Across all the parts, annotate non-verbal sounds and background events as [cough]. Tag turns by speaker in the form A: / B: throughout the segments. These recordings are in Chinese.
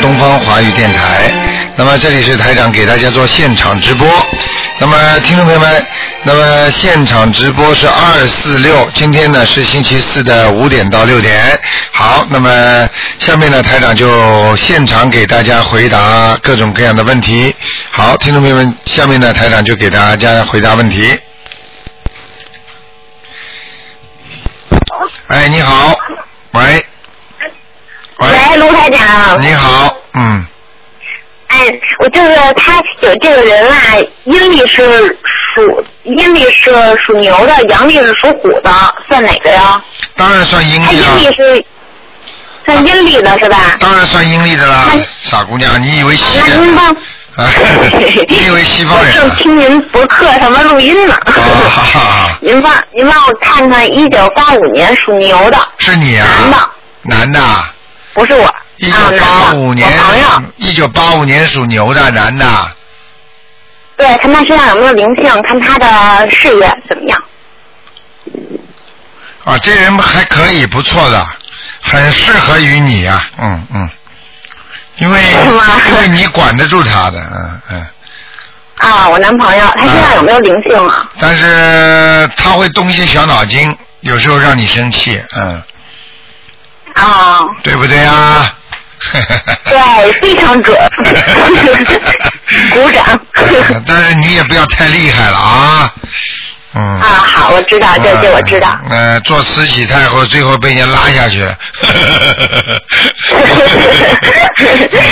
A: 东方华语电台。那么这里是台长给大家做现场直播。那么听众朋友们，那么现场直播是二四六，今天呢是星期四的五点到六点。好，那么下面呢台长就现场给大家回答各种各样的问题。好，听众朋友们，下面呢台长就给大家回答问题。哎，你好，喂，
B: 喂，卢台长。
A: 你好，嗯，
B: 哎，我就是他有这个人啊，阴历是属阴历是属牛的，阳历是属虎的，算哪个呀？
A: 当然算阴
B: 他
A: 历啊
B: 阴
A: 了，
B: 历是算阴历的是吧？
A: 当然算阴历的啦，
B: 哎
A: 傻姑娘，你以为西
B: 那
A: 人
B: 您
A: 啊？ [laughs]
B: 帮，
A: 你以为西方
B: 我
A: 人
B: [laughs] 正
A: 啊？
B: 听您博客什么录音呢。
A: 啊哈哈，
B: [laughs] 您帮您帮我看看，一九八五年属牛的
A: 是你啊？
B: 男的，
A: 男的啊，
B: 不是我，啊，
A: 一九
B: 男
A: 八
B: 的，
A: 五
B: 我
A: 年
B: 朋友。，
A: 一九八五年属牛的男的，啊
B: 对，看他身上有没有灵性，看他的事业怎么样。
A: 啊，这人还可以，不错的，很适合于你啊，嗯嗯，因为
B: [laughs] 是吗
A: 因为你管得住他的，嗯嗯。
B: 啊，我男朋友，他身上有没有灵性啊？
A: 但是他会动一些小脑筋，有时候让你生气，嗯，
B: 啊，
A: 对不对啊？
B: [laughs] 对，非常
A: [laughs]
B: 准，鼓掌。
A: 但是你也不要太厉害了啊，嗯。
B: 啊，好，我知道，对对，我知道。
A: 嗯、呃做慈禧太后，最后被人家拉下
B: [laughs]
A: 去了。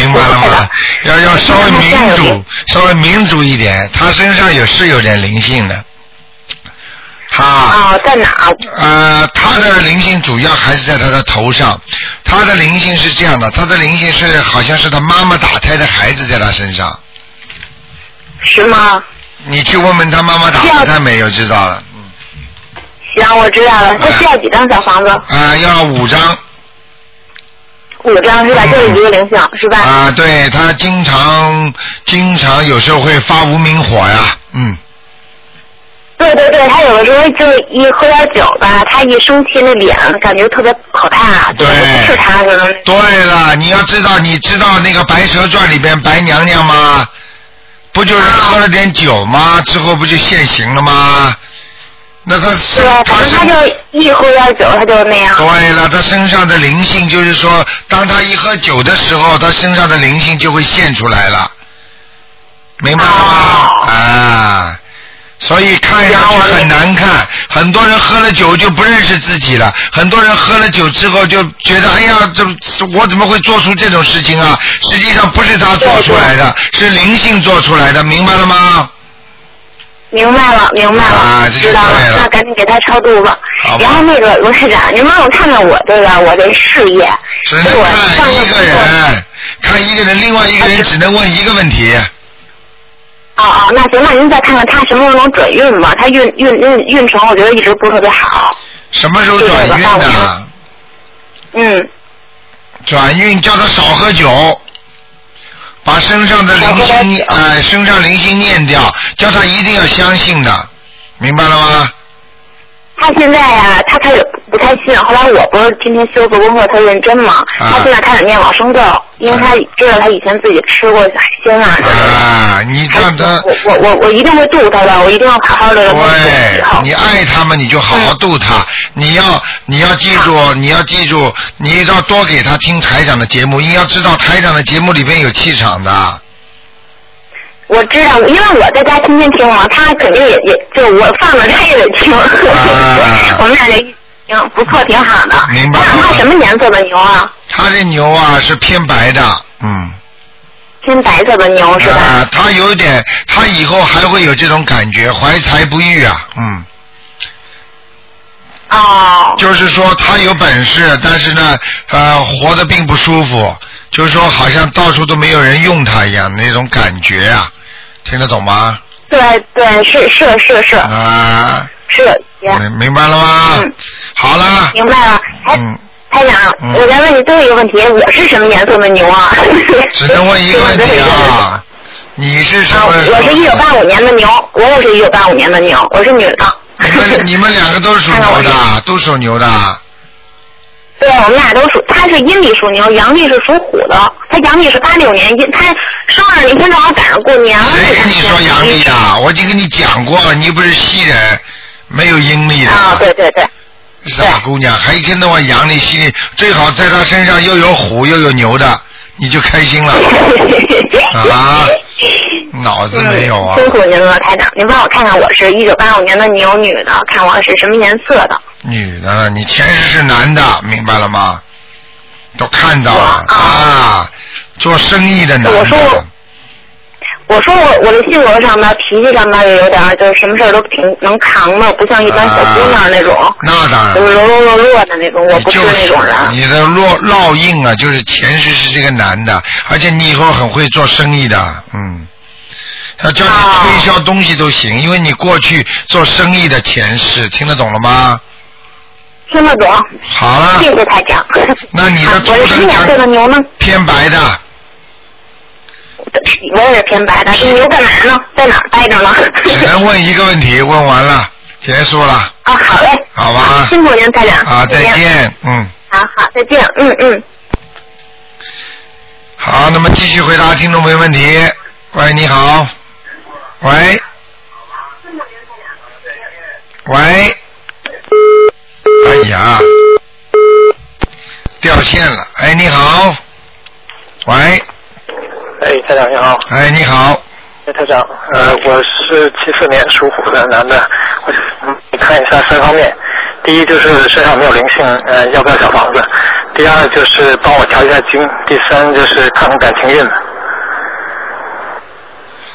A: 明白了
B: [laughs]
A: 吗？要要稍微民主，稍微民主一点。他身上有是有点灵性的，他。
B: 啊，在哪儿？
A: 呃，他的灵性主要还是在他的头上，他的灵性是这样的，他的灵性是好像是他妈妈打胎的孩子在他身上，
B: 是吗？
A: 你去问问他妈妈打过胎没有，知道了。
B: 行，我知道了。他需要几张小房子？
A: 啊、要五张
B: 五张是吧？就是一个灵性是吧？
A: 嗯啊、对他经常经常有时候会发无名火呀，嗯，
B: 对对对，他有的时候就是一喝点酒吧，他一生气那脸感觉特别可怕，就
A: 对
B: 是不是他可能。
A: 对了，你要知道，你知道那个《白蛇传》里边白娘娘吗？不就是喝了点酒吗？之后不就现形了吗？那他是
B: 对，反
A: 他
B: 正
A: 是
B: 他就一喝点酒，他就那样。
A: 对了，他身上的灵性就是说，当他一喝酒的时候，他身上的灵性就会现出来了，明白了吗？
B: 哦
A: 啊，所以看上去很难看，很多人喝了酒就不认识自己了，很多人喝了酒之后就觉得，哎呀，这我怎么会做出这种事情啊？实际上不是他做出来的，是灵性做出来的，明白了吗？
B: 明白了，明白了，
A: 啊这就
B: 知道
A: 对了
B: 那赶紧给他超度吧
A: 好。吧
B: 然后那个罗台长，您帮我看看我这个我这事业，
A: 只
B: 是
A: 能
B: 我上
A: 看一个
B: 工作
A: 人，看一个人，另外一个人只能问一个问题。
B: 哦哦，那行，那您再看看他什么时候能转运吧？他运运运运程，我觉得一直不是特别好。
A: 什么时候转运
B: 对对
A: 的？
B: 嗯，
A: 转运叫他少喝酒，把身上的灵
B: 少喝
A: 性
B: 点酒
A: 哎、身上灵性念掉，叫他一定要相信的，明白了吗？
B: 他现在呀、他开始不太信。后来我不是今天修复功课特认真嘛，
A: 啊
B: 他现在开始念往生咒，因为他知道他以前自己吃过海鲜啊之类的。
A: 啊，你让他
B: 我我我我一定会度他的，我一定要好好的让他做
A: 对
B: 以，后
A: 你爱他们，你就好好度他。你要你要记住，你要记住，你要多给他听台长的节目，你要知道台长的节目里边有气场的。
B: 我知道，因为我在家天天听嘛，他肯定也也就我放了，他也得
A: 啊
B: 听。 [laughs] 我们俩这一听不错，挺好的。
A: 明白
B: 我想看什么颜色的牛啊？
A: 他这牛啊是偏白的，嗯。
B: 偏白色的牛是吧？
A: 啊，他有点，他以后还会有这种感觉，怀才不遇啊，嗯，
B: 哦，
A: 就是说他有本事，但是呢，呃，活得并不舒服，就是说好像到处都没有人用他一样那种感觉啊，听得懂吗？
B: 对对，是是是是
A: 啊，
B: 是，姐
A: 明明白了吗？
B: 嗯
A: 好了，
B: 明白了。台
A: 嗯，
B: 台长，
A: 嗯
B: 我再问你最后一个问题，我是什么颜色的牛啊？
A: 只能问一个问题
B: [laughs]
A: 啊，你是什
B: 啊，
A: 么？
B: 我是一九八五年的牛，我也是一九八五年的牛，我是女的。哎
A: 你们你们两个都是属牛的，都属牛的。
B: [laughs] 对
C: 对，我们俩都属，他是阴历属牛，阳历是属虎的。他阳历是八六年，阴他生日那天正好赶上过年。
A: 谁跟你说阳历啊的？我已经跟你讲过了，你又不是西人，没有阴历的。
C: 啊，对对对。
A: 傻姑娘，还一天到晚阳历西历，最好在她身上又有虎又有牛的，你就开心
C: [laughs]
A: 了。
B: [laughs]
A: 啊，脑子没有啊！
C: 嗯辛苦您了，台长，您帮我看看我是一九八五年的牛女的，看我是什么颜色的。
A: 女的，你前世是男的，明白了吗？都看到了
C: 啊
A: 啊，做生意的男的。
C: 我说我我说我我的性格上面、脾气上面也有点儿，就是什么事儿都挺能扛的，不像一般小姑娘那种，
A: 那当然
C: 就
A: 了。
C: 是柔柔弱弱的那种。我
A: 你
C: 不
A: 啊就是
C: 那种人。
A: 你的烙烙印啊，就是前世是这个男的，而且你以后很会做生意的，嗯，要叫你
C: 哦
A: 推销东西都行，因为你过去做生意的前世，听得懂了吗？
C: 听得懂，
A: 好了
C: 谢，谢台长。
A: 那你的
C: 啊我
A: 图
C: 是
A: 腾
C: 几两岁的牛呢？
A: 偏白的，
C: 我也是偏白的，这牛在哪儿呢？在哪儿待着呢？
A: 只能问一个问题，问完了，结束了，
C: [laughs] 啊，好嘞，[laughs]
A: 好吧？
C: 辛苦您台长。
A: 啊，再。见，嗯。
C: 好啊好，再见。嗯嗯。
A: 好，那么继续回答听众朋友问题。喂，你好。喂。喂。哎呀，掉线了。哎，你好。喂，
D: 哎，台长你好，
A: 哎，你好。
D: 哎，台长，呃，我是七四年属虎的男的，我嗯你看一下三方面，第一就是身上没有灵性，呃，要不要小房子？第二就是帮我调一下经，第三就是看看感情运。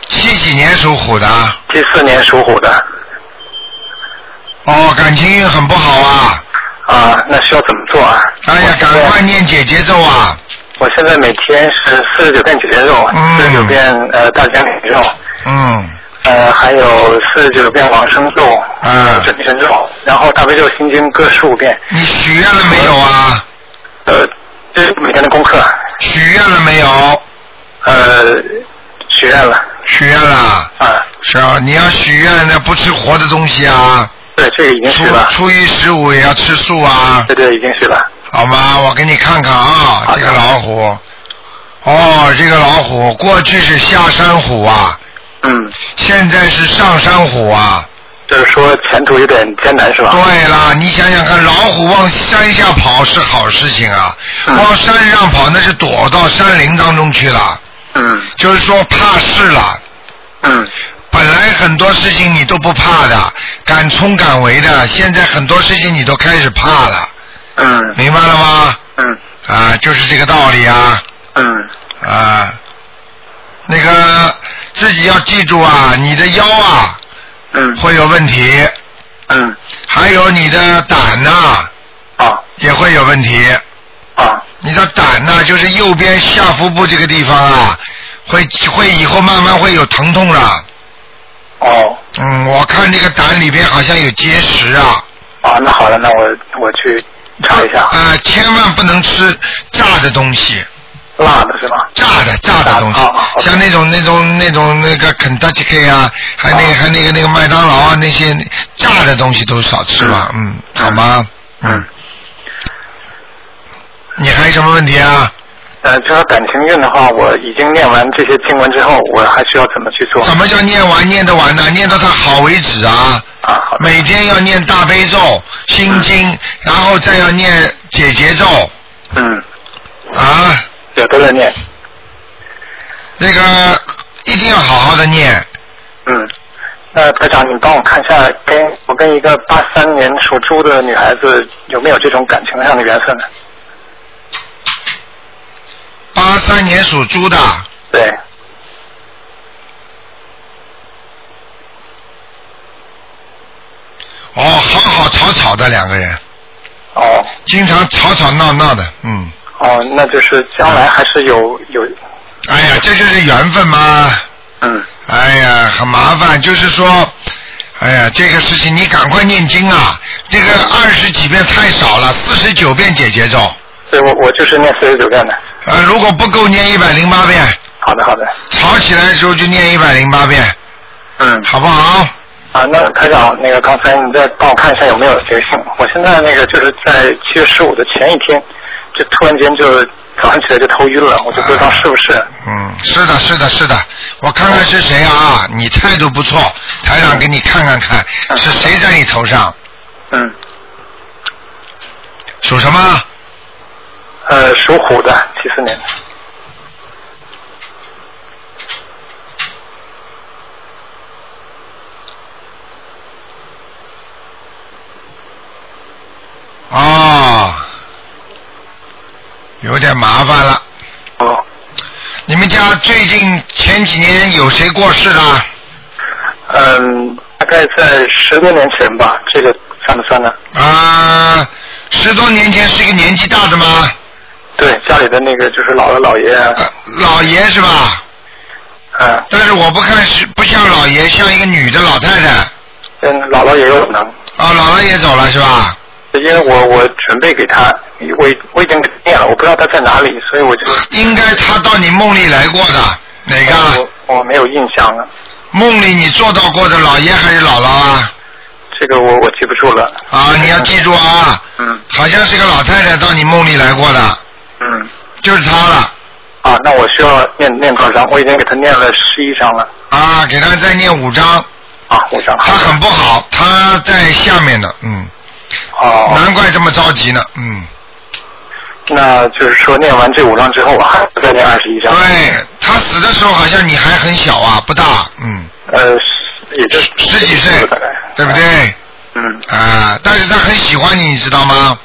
A: 七几年属虎的？
D: 七四年属虎的，
A: 哦，感情运很不好啊！
D: 啊，那需要怎么做啊？
A: 哎呀，赶快念解结咒啊！
D: 我现在每天是四十九遍九天肉，
A: 嗯
D: 四十九遍呃大香米肉，
A: 嗯，
D: 呃，还有四十九遍往生咒，
A: 嗯
D: 准提神咒，然后大悲咒心经各十五遍，
A: 你许愿了没有啊？
D: [coughs] 呃，这是每天的功课。
A: 许愿了没有？
D: 呃，许愿了
A: 许愿了。
D: 啊，
A: 是啊，你要许愿呢，不吃活的东西啊。
D: 对，这个已经许
A: 初
D: 了，
A: 初一十五也要吃素啊，
D: 对对，已经许了。
A: 好吗？我给你看看啊，
D: 好
A: 这
D: 的
A: 个老虎，哦，这个老虎过去是下山虎啊，
D: 嗯，
A: 现在是上山虎啊。
D: 就是说前途有点艰难是吧？
A: 对啦，你想想看，老虎往山下跑是好事情啊，
D: 嗯
A: 往山上跑那是躲到山林当中去了，
D: 嗯
A: 就是说怕事了。
D: 嗯
A: 本来很多事情你都不怕的，敢冲敢为的，现在很多事情你都开始怕了，
D: 嗯
A: 明白了吗？
D: 嗯
A: 啊，就是这个道理啊
D: 嗯
A: 啊，那个自己要记住啊，你的腰啊
D: 嗯
A: 会有问题，
D: 嗯，
A: 还有你的胆呐、
D: 啊
A: 也会有问题。
D: 啊
A: 你的胆呐、就是右边下腹部这个地方啊，会会以后慢慢会有疼痛了。
D: 哦
A: 嗯，我看这个胆里边好像有结石啊。
D: 啊，那好了，那我我去查一下，
A: 啊、千万不能吃炸的东西，
D: 辣的是吗？
A: 炸的炸的东西
D: 啊啊，，OK
A: 像那种那种那种那个肯德基 K 啊，还那个
D: 啊
A: 还那个那个麦当劳啊那些炸的东西都少吃吧，嗯，好吗？
D: 嗯，
A: 你还有什么问题啊？
D: 呃，这条感情运的话，我已经念完这些经文之后，我还需要怎么去做？
A: 怎么叫念完念得完呢？念到它好为止啊！
D: 啊，好的，
A: 每天要念大悲咒、心经，然后再要念解结咒
D: 嗯，
A: 啊，
D: 有都在念，
A: 那个一定要好好的念。
D: 嗯，那台长，你帮我看一下，跟我跟一个八三年属猪的女孩子有没有这种感情上的缘分呢？
A: 八三年属猪的，
D: 对，
A: 哦，好好吵吵的两个人，
D: 哦
A: 经常吵吵闹闹的，嗯，
D: 哦，那就是将来还是有有，
A: 哎呀，这就是缘分嘛，
D: 嗯
A: 哎呀，很麻烦，就是说，哎呀，这个事情你赶快念经啊，这个二十几遍太少了，四十九遍解结咒，
D: 所以我我就是念四十九遍的。
A: 呃，如果不够念一百零八遍，
D: 好的好的，
A: 吵起来的时候就念一百零八遍，
D: 嗯，
A: 好不好？
D: 啊，那台长，那个刚才你再帮我看一下有没有这个性？我现在那个就是在七月十五的前一天，就突然间就早上起来就头晕了，我就不知道是不是。
A: 嗯，是的，是的，是的，我看看是谁啊？你态度不错，台长给你看看看是谁在你头上，
D: 嗯，
A: 属什么？
D: 呃，属虎的，七四年的。
A: 哦，有点麻烦了。
D: 哦，
A: 你们家最近前几年有谁过世了？
D: 嗯，大概在十多年前吧，这个算不算呢？
A: 啊、十多年前是一个年纪大的吗？呃
D: 对，家里的那个就是姥姥姥爷，啊
A: 老爷是吧？
D: 嗯，
A: 但是我不看是不像老爷，像一个女的老太太。
D: 嗯，姥姥也有可能，
A: 啊、姥姥也走了是吧？
D: 因为我我准备给他，我已我已经给他念了，我不知道他在哪里，所以我就
A: 应该她到你梦里来过的，哪个啊？
D: 哦我我没有印象了，
A: 梦里你做到过的老爷还是姥姥啊？
D: 这个我我记不住了。
A: 啊，你要记住啊，
D: 嗯
A: 好像是个老太太到你梦里来过的，
D: 嗯，
A: 就是她了。
D: 啊，那我需要念念多少章？我已经给他念了十一章了，
A: 啊，给她再念五章，
D: 啊，五章。
A: 她很不好，她在下面的，嗯，
D: 哦，
A: 难怪这么着急呢，嗯，
D: 那就是说念完这五章之后，我还要再念二十一章。
A: 对，她死的时候好像你还很小啊，不大，嗯，
D: 呃，也就
A: 十几岁
D: 大概，
A: 对不？对？
D: 嗯
A: 啊，但是她很喜欢你，你知道吗？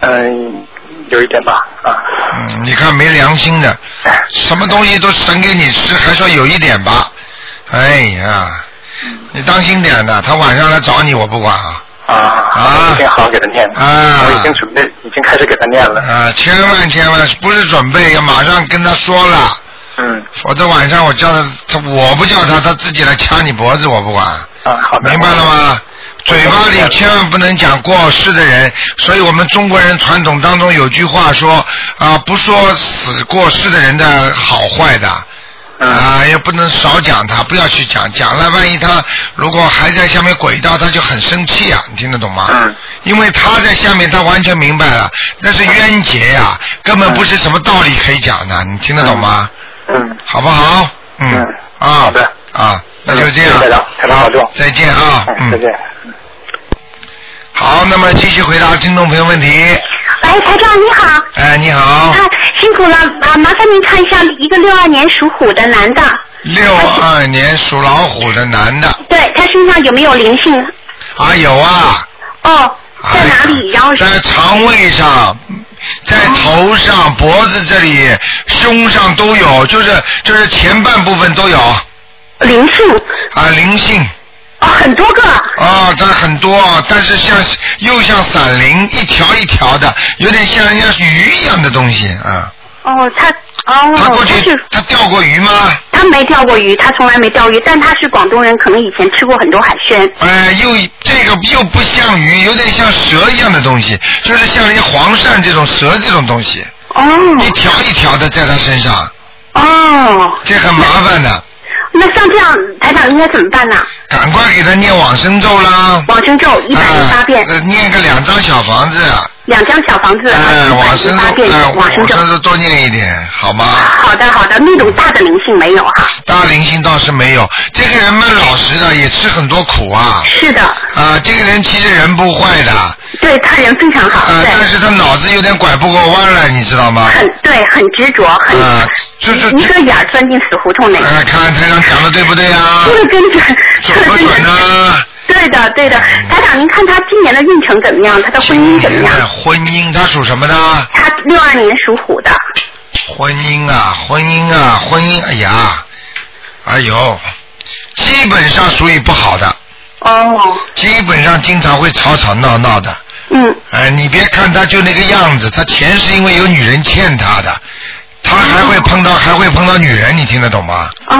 D: 嗯，有一点吧，啊，哎
A: 嗯，你看没良心的，什么东西都省给你吃，还说有一点吧？哎呀，你当心点呐，他晚上来找你，我不管啊
D: 啊，
A: 啊
D: 我一定好好给他念。
A: 啊
D: 我已经准备，已经开始给他念了。
A: 啊！千万千万不是准备，要马上跟他说了，
D: 嗯，
A: 否则晚上我叫他，他我不叫他，他自己来掐你脖子，我不管，
D: 啊，好的。
A: 明白了？吗？嘴巴里千万不能讲过世的人，所以我们中国人传统当中有句话说啊，不说死过世的人的好坏的，
D: 嗯，
A: 啊，也不能少讲他，不要去讲，讲了万一他如果还在下面轨道，他就很生气啊，你听得懂吗？
D: 嗯，
A: 因为他在下面，他完全明白了，那是冤结呀、根本不是什么道理可以讲的，你听得懂吗？
D: 嗯，
A: 好不好？嗯，
D: 嗯
A: 啊，
D: 好的，嗯
A: 啊，那就这样，
D: 谢谢台长台长保重
A: 再见啊，
D: 哎
A: 嗯，
D: 再见。
A: 好，那么继续回答听众朋友问题。
B: 喂，台长你好，
A: 哎，你好
B: 啊，，辛苦了啊，麻烦您看一下一个六二年属虎的男的，
A: 六二年属老虎的男的
B: 对他身上有没有灵性？
A: 啊，有啊，哎
B: 哦，在哪里？然后是
A: 在肠胃上，在头上、脖子这里、胸上都有，就是就是前半部分都有啊，
B: 灵性
A: 灵性
B: 哦，很多个
A: 啊，这很多，但是像又像散灵，一条一条的，有点像人家鱼一样的东西啊。
B: 哦，他哦，
A: 他过去
B: 是
A: 他钓过鱼吗？
B: 他没钓过鱼，他从来没钓鱼，但他是广东人，可能以前吃过很多海鲜。
A: 哎，又这个又不像鱼，有点像蛇一样的东西，就是像人家黄鳝这种蛇这种东西，
B: 哦
A: 一条一条的在他身上，
B: 哦，
A: 这很麻烦的。
B: 那像这样台长应该怎么办呢？
A: 赶快给他念往生咒啦！
B: 往生咒一百零八遍，
A: 啊呃念个两张小房子，
B: 两张小房子，
A: 哎，
B: 一百
A: 往
B: 零
A: 生
B: 八
A: 咒，
B: 遍
A: 哎，
B: 往生咒。
A: 咒多念一点，好吗？
B: 好的好的，那种大的灵性没有哈、
A: 大灵性倒是没有，这个人蛮老实的，也吃很多苦啊。
B: 是的，
A: 啊，这个人其实人不坏的，啊，
B: 对他人非常好，
A: 但
B: 对，
A: 啊是他脑子有点拐不过弯来，你知道吗？
B: 很对，很执着，很、
A: 啊，这这
B: 一个眼儿钻进死胡同里，
A: 呃，看看台长讲的对不对啊？
B: 说的真
A: [laughs]
B: 准，
A: 准
B: 说
A: 不
B: 的真
A: 准啊嗯
B: 准。
A: 呢？
B: [laughs] 对的，对的，台长，您看他今年的运程怎么样？他的婚姻怎么样？
A: 的哎婚姻，他属什么的？
B: 他六二年属虎的，
A: 婚姻啊，婚姻啊，婚姻，哎呀，哎呦，基本上属于不好的，
B: 哦，
A: 基本上经常会吵吵闹闹的。
B: 嗯，
A: 哎，你别看他就那个样子，他钱是因为有女人欠他的，他还会碰到，还会碰到女人，你听得懂吗？
B: 哦，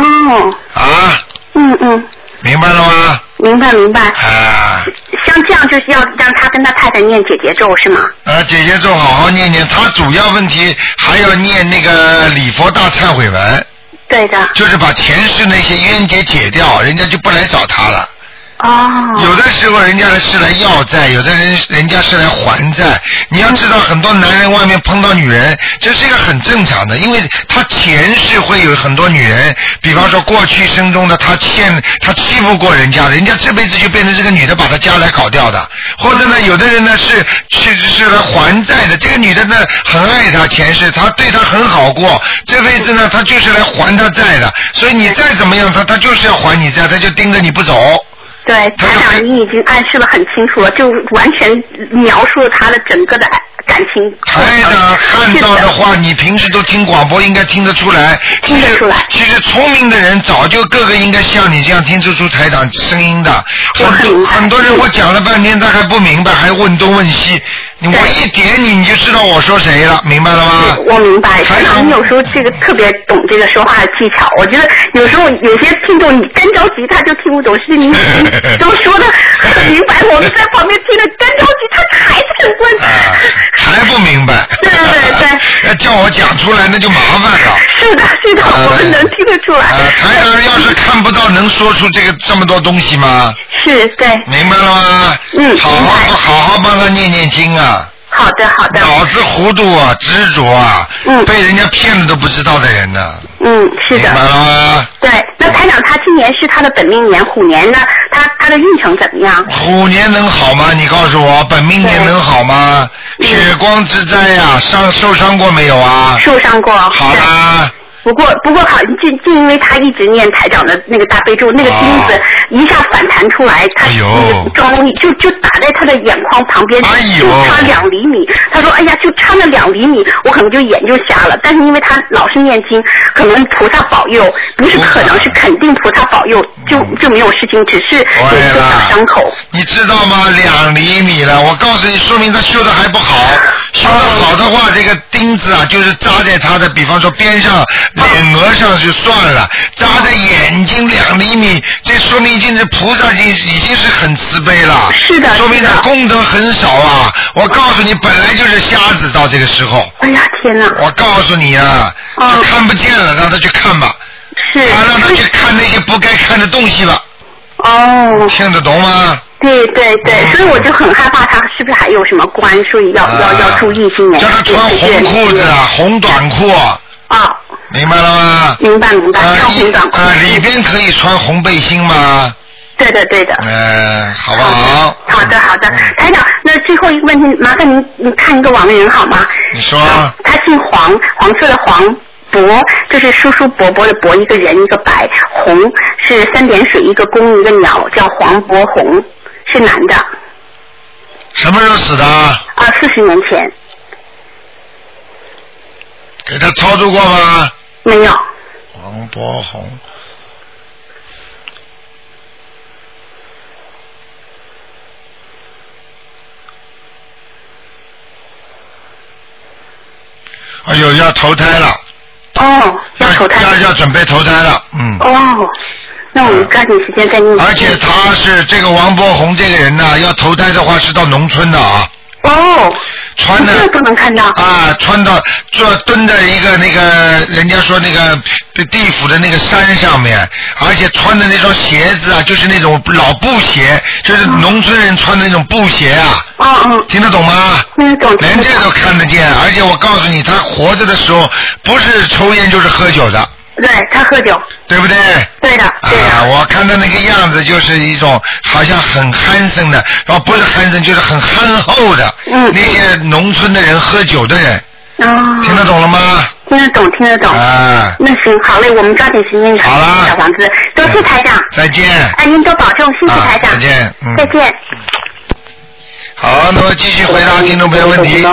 A: 啊，
B: 嗯嗯，
A: 明白了吗？
B: 明白明白。
A: 啊，
B: 像这样就是要让他跟他太太念姐姐咒是吗？
A: 呃，姐姐咒好好念念，他主要问题还要念那个礼佛大忏悔文，
B: 对的，
A: 就是把前世那些冤结解掉，人家就不来找他了。
B: 哦，
A: 有的时候人家是来要债，有的人人家是来还债。你要知道，很多男人外面碰到女人，这是一个很正常的，因为他前世会有很多女人，比方说过去生中的他欠他欺负过人家，人家这辈子就变成这个女的把他家来搞掉的，或者呢，有的人呢是是是来还债的，这个女的呢很爱他，前世他对他很好过，这辈子呢他就是来还他债的，所以你再怎么样他他就是要还你债，他就盯着你不走。
B: 对，台长，你已经暗示了很清楚了，就完全描述了他的整个的感情。
A: 台长哎看到的话，你平时都听广播，应该听得出来。
B: 听得出来
A: 其实其实聪明的人早就个个应该像你这样听得出台长声音的。
B: 我
A: 很
B: 明
A: 多
B: 白
A: 很多人我讲了半天，他还不明白，还问东问西。你
B: 对
A: 我一点你，你就知道我说谁了，明白了吗？
B: 我明白，
A: 台
B: 台
A: 长
B: 长，你有时候这个特别懂这个说话的技巧。我觉得有时候有些听众你干着急他就听不懂，
A: [laughs]
B: 是您都说的很明白，我们在旁边听着干着急，他还是很关
A: 啊，还不明白。
B: 对对对
A: 要 [laughs] 叫我讲出来，那就麻烦了。
B: [laughs] 是的，是的，
A: 啊
B: 我们能听得出来。
A: 啊，台长要是看不到，能说出这个这么多东西吗？
B: 是，对，
A: 明白了吗？
B: 嗯
A: 好
B: 明
A: 好
B: 白
A: 好好帮他念念经啊，
B: 好的，好的，
A: 脑子糊涂啊，执着啊，
B: 嗯
A: 被人家骗了都不知道的人呢、
B: 嗯，是
A: 明白
B: 的，
A: 了吗？
B: 对。那台长他今年是他的本命年虎年呢，他他的运程怎么样？
A: 虎年能好吗？你告诉我，本命年
B: 对
A: 能好吗？
B: 嗯
A: 血光之灾呀、伤受伤过没有啊？
B: 受伤过？
A: 好
B: 对
A: 啦，
B: 不过不过好，就就因为他一直念台长的那个大悲咒，那个钉
A: 哦
B: 子一下反弹出来，他
A: 哎呦
B: 那个装东西就就打在他的眼眶旁边，
A: 哎呦
B: 就差两厘米。他说：“哎呀，就差那两厘米，我可能就眼就瞎了。”但是因为他老是念经，可能菩萨保佑，不是可
A: 菩
B: 能
A: 萨嗯
B: 是肯定菩萨保佑，就就没有事情，只是有一
A: 对
B: 个
A: 啦
B: 小伤口。
A: 你知道吗？两厘米了，我告诉你，说明他修的还不好。修的好的话，这个钉子啊，就是扎在他的，比方说边上、脸额上就算了，扎在眼睛两厘米，这说明已经是菩萨已经已经是很慈悲了。
B: 是的
A: 说明他
B: 是的
A: 功德很少啊！我告诉你，本来就是瞎子，到这个时候，
B: 哎呀，天哪！
A: 我告诉你啊，
B: 哦
A: 就看不见了，让他去看吧，
B: 是
A: 他让他去看那些不该看的东西吧，
B: 哦，
A: 听得懂吗？
B: 对对对，
A: 嗯
B: 所以我就很害怕他是不是还有什么关，所以要、要要注意今年。
A: 啊叫他穿红裤子啊，红短裤啊，
B: 啊，
A: 明白了吗？
B: 明白明白，
A: 啊
B: 上红
A: 一
B: 掌控
A: 啊，里边可以穿红背心吗？
B: 对的对的。
A: 呃，好不好？
B: 好的好的
A: 嗯，
B: 台长，那最后一个问题，麻烦您您看一个网人好吗？
A: 你说
B: 啊他姓黄，黄色的黄。伯就是叔叔伯伯的伯，一个人一个白，红是三点水一个公一个鸟，叫黄伯红，是男的，
A: 什么时候死的啊？
B: 啊，四十年前
A: 给他操作过吗？
B: 没有，
A: 王伯红。哎呦，要投胎了，
B: 哦，要投胎，
A: 要要准备投胎了，嗯。
B: 哦，那我们抓紧时间再念。
A: 而且他是这个王伯宏这个人呢，要投胎的话是到农村的啊，
B: 哦，
A: 穿的
B: 这都能看到，
A: 啊，穿到坐蹲在一个那个人家说那个地府的那个山上面，而且穿的那双鞋子啊，就是那种老布鞋，就是农村人穿的那种布鞋啊，
B: 嗯嗯，
A: 听得懂吗？
B: 那个懂
A: 连这都看得见，而且我告诉你，他活着的时候不是抽烟就是喝酒的，
B: 对他喝酒，
A: 对不对？
B: 对的，对的，
A: 啊，我看他那个样子就是一种好像很憨生的，然后不是憨生就是很憨厚的。
B: 嗯
A: 那些农村的人喝酒的人，
B: 啊，
A: 听得懂了吗？
B: 听得懂，听得懂。
A: 啊，
B: 那行，好嘞，我们抓紧时间
A: 好啦
B: 小房子，多谢台长，
A: 再见。
B: 哎，您多保重，谢谢
A: 啊
B: 台长，
A: 再见嗯
B: 再见。
A: 好，那么继续回
B: 嗯
A: 答听众朋友问题。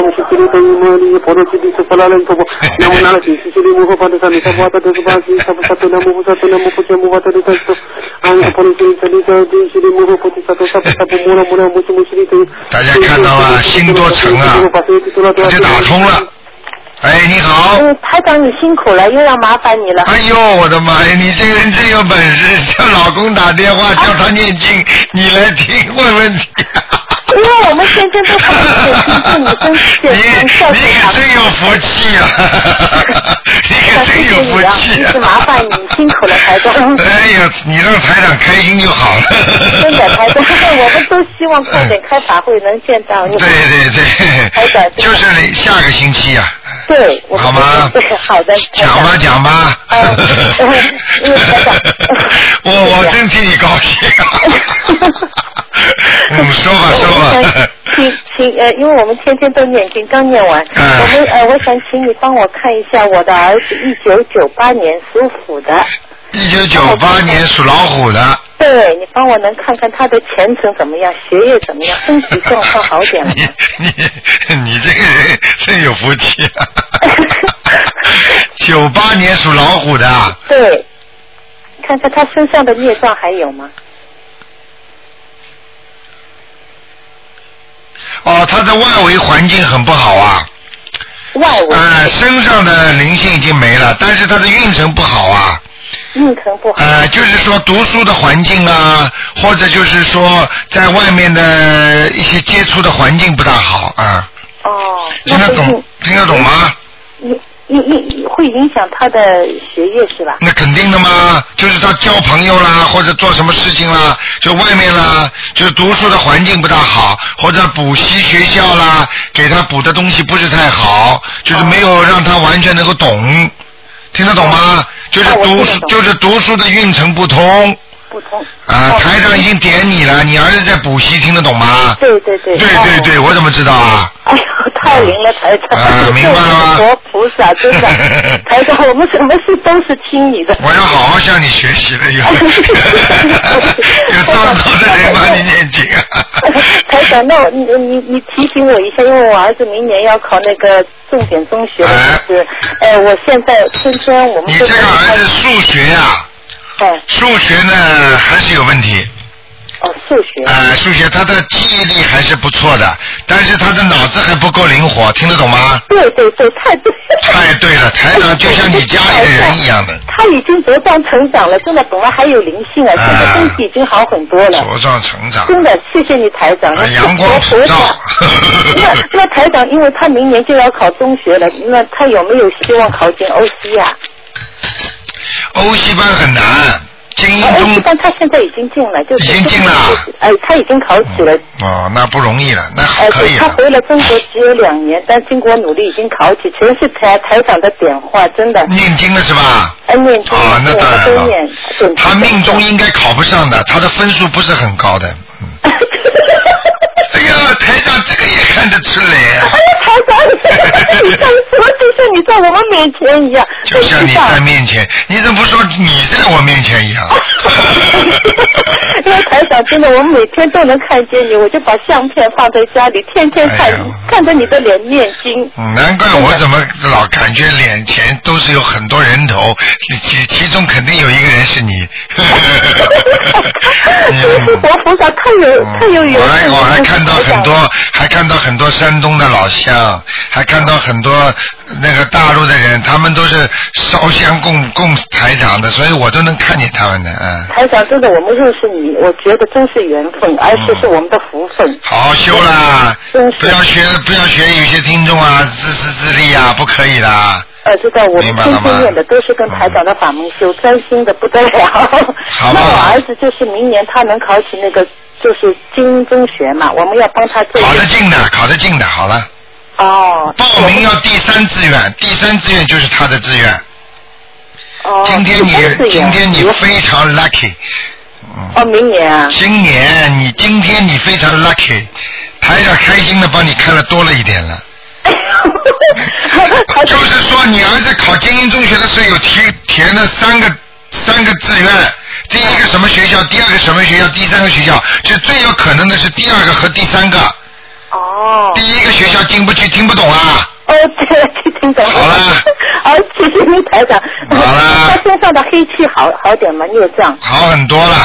A: 大家看到啊，心多诚啊，他就打通了。哎，你好。
E: 嗯，台长你辛苦了，又要麻烦你了。
A: 哎呦，我的妈呀！你这个人真有本事，叫老公打电
B: 啊
A: 话，叫他念经，你来听问问题。
E: 因为我们先生都很
A: [laughs]
E: 很辛苦你真是 [laughs]
A: 你
E: 很孝顺
A: 你
E: 啊
A: 可真有福气啊！你可真有福气、啊。
E: 真是麻烦你辛苦了台长
A: 啊哎呀，你让台长开心就好了。
E: [laughs] 真的台们都希望快点开法会能见到你。
A: 对对
E: 台长
A: 对，就是下个星期啊，
E: 对，我
A: 好吗
E: 对，好的。台
A: 讲
E: 长
A: 吧讲吧。
E: 嗯因为台长
A: 我 [laughs] 我真替你高兴。啊
E: [laughs]
A: 嗯，说吧说
E: 我想
A: 吧。
E: 请请呃，因为我们天天都念经，刚念完，
A: 嗯
E: 我们呃，我想请你帮我看一下我的儿子，一九九八年属虎的，
A: 一九九八年属老虎的。
E: 对你帮我能看看他的前程怎么样，学业怎么样，身体状况好点了吗
A: 你？你 [laughs] 你这个人真有福气、啊。九八年属老虎的啊，
E: 对，看看他身上的孽障还有吗？
A: 哦，他的外围环境很不好啊，
E: 外围
A: 呃，身上的灵性已经没了，但是他的运程不好啊，
E: 运程不好，
A: 呃，就是说读书的环境啊，或者就是说在外面的一些接触的环境不大好啊，
E: 哦，
A: 听
E: 那
A: 得
E: 会
A: 懂听得懂吗？
E: 影影影会影响他的学业是吧？
A: 那肯定的嘛，就是他交朋友啦，或者做什么事情啦，就外面啦，就是读书的环境不大好，或者补习学校啦，给他补的东西不是太好，就是没有让他完全能够懂，听得懂吗？就是
E: 哦哦我听
A: 读
E: 得
A: 书，
E: 懂
A: 就是读书的运程不通
E: 不通。
A: 啊。
E: 哦
A: 台长已经点你了，你儿子在补习，听得懂吗？
E: 对对对。
A: 对对对，
E: 哦
A: 我怎么知道啊？
E: 哎呦，太灵了，台长！
A: 啊明白了吗
E: 活菩萨，真的，台长，我们什么事都是听你的。
A: 我要好好向你学习了，有
E: [laughs]
A: 有这么多的人帮你念经啊。
E: [laughs] 台长，那我你你你提醒我一下，因为我儿子明年要考那个重点中学了，就是，哎，我现在天天我们
A: 你
E: 都
A: 这个儿子数学呀、
E: 哎，
A: 数学呢还是有问题，
E: 哦，数学，
A: 呃，数学他的记忆力还是不错的，但是他的脑子还不够灵活，听得懂吗？
E: 对对对，太对。
A: 太对了，台长就像你家里的人一样的，
E: [laughs] 他已经茁壮成长了，真的，本来还有灵性
A: 哎
E: 啊，现在身体已经好很多了。
A: 茁壮成长，
E: 真的，谢谢你台长。
A: 啊阳光普照 [laughs]
E: 那那台长，因为他明年就要考中学了，那他有没有希望考进欧西啊？
A: 欧西班很难，精英
E: 欧西
A: 嗯中
E: 班他现在已经进了，就是
A: 已经进了
E: 哎，他已经考取了。
A: 哦，那不容易了，那
E: 哎，
A: 可以啊
E: 对，他
A: 了。
E: 回了中国只有两年，但经过努力已经考取，全是台台长的点化，真的。
A: 念经了是吧？
E: 哎，念经，
A: 啊，那
E: 对
A: 当
E: 他
A: 然
E: 都念
A: 了，。
E: 准
A: 他命中应该考不上的，他的分数不是很高的。
E: [laughs]
A: 嗯哎呀，台长这个也看得出来啊
E: 哎。呀，台长，你上次我就像你在我们面前一样，
A: 就像你在面前，你怎么不说你在我面前
E: [laughs]
A: 一样？ [laughs]
E: 因为台长真的，我每天都能看见你，我就把相片放在家里，天天看，
A: 哎呀
E: 看着你的脸念
A: [laughs]
E: 经。
A: 嗯难怪我怎么老感觉脸前都是有很多人头，其其中肯定有一个人是你。 [laughs]
E: [laughs] 你是活菩萨，太有、太有缘
A: 嗯我还
E: 分了。
A: 嗯我还看到
E: 台长
A: 很多，还看到很多山东的老乡，还看到很多那个大陆的人，他们都是烧香供供台长的，所以我都能看见他们的，嗯。
E: 台长，真的，我们认识你，我觉得真是缘分，而且是我们的福分。
A: 好好修啦
E: 真，是
A: 不要
E: [laughs]
A: 学不要学有些听众啊自私自利啊，不可以啦。
E: 呃，知道我们
A: 明白了
E: 天
A: 吗嗯
E: 天念的都是跟台长的法门修，专心的不得了。
A: 吧
E: [laughs] 那我儿子就是明年他能考取那个就是精英中学嘛，我们要帮他做一
A: 考得
E: 个
A: 进的，考得进的，好了，
E: 哦。
A: 报名啊要第三志愿，第三志愿就是他的志愿。
E: 哦。
A: 今天
E: 第三次
A: 你今
E: 演
A: 天你非常 lucky，
E: 哦，明
A: [laughs]
E: 年啊。
A: 今年你今天你非常 lucky，台长开心的帮你看了多了一点了。
E: 台
A: 就
E: 长
A: 是说，你儿子考精英中学的时候有填填了三个三个志愿，第一个什么学校，第二个什么学校，第三个学校，就最有可能的是第二个和第三个。
E: 哦
A: 第一个学校进不去，听不懂啊？
E: 哦，对，听懂了。
A: 好了
E: [laughs] 哦，谢谢您，台长。
A: 好了
E: [laughs] 他身上的黑气好好点吗？孽障。
A: 好很多了，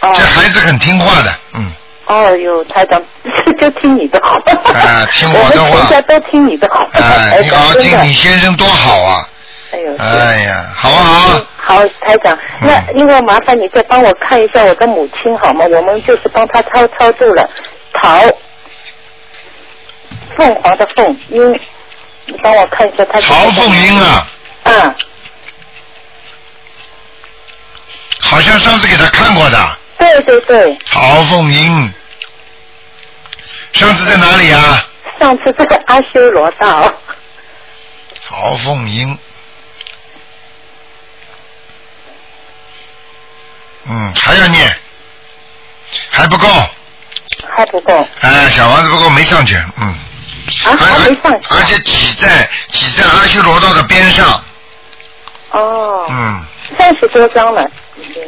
E: 哦
A: 这孩子很听话的，嗯，
E: 哦哟，台长， [laughs] 就听你的话。
A: 啊听我的话
E: 们全家都听你的话。
A: 哎，
E: 台
A: 你
E: 长
A: 好好
E: 真
A: 听，
E: 的
A: 你先生多好啊！
E: 哎呦，嗯
A: 哎呀，好不好？嗯
E: 好，台长，那另外麻烦你再帮我看一下我的母亲好吗？我们就是帮她超超度了，桃，凤凰的凤，英，你帮我看一下她。
A: 曹凤英。啊，
E: 嗯，
A: 好像上次给他看过的，
E: 对对对，
A: 曹凤英，上次在哪里啊？
E: 上次在阿修罗道， [laughs]
A: 曹凤英。嗯，还要念，还不够，
E: 还不够啊，
A: 哎，小王子不够没上去，嗯，
E: 还没上去
A: 而且挤在挤在阿修罗道的边上，
E: 哦，
A: 嗯，
E: 三十多张了，已经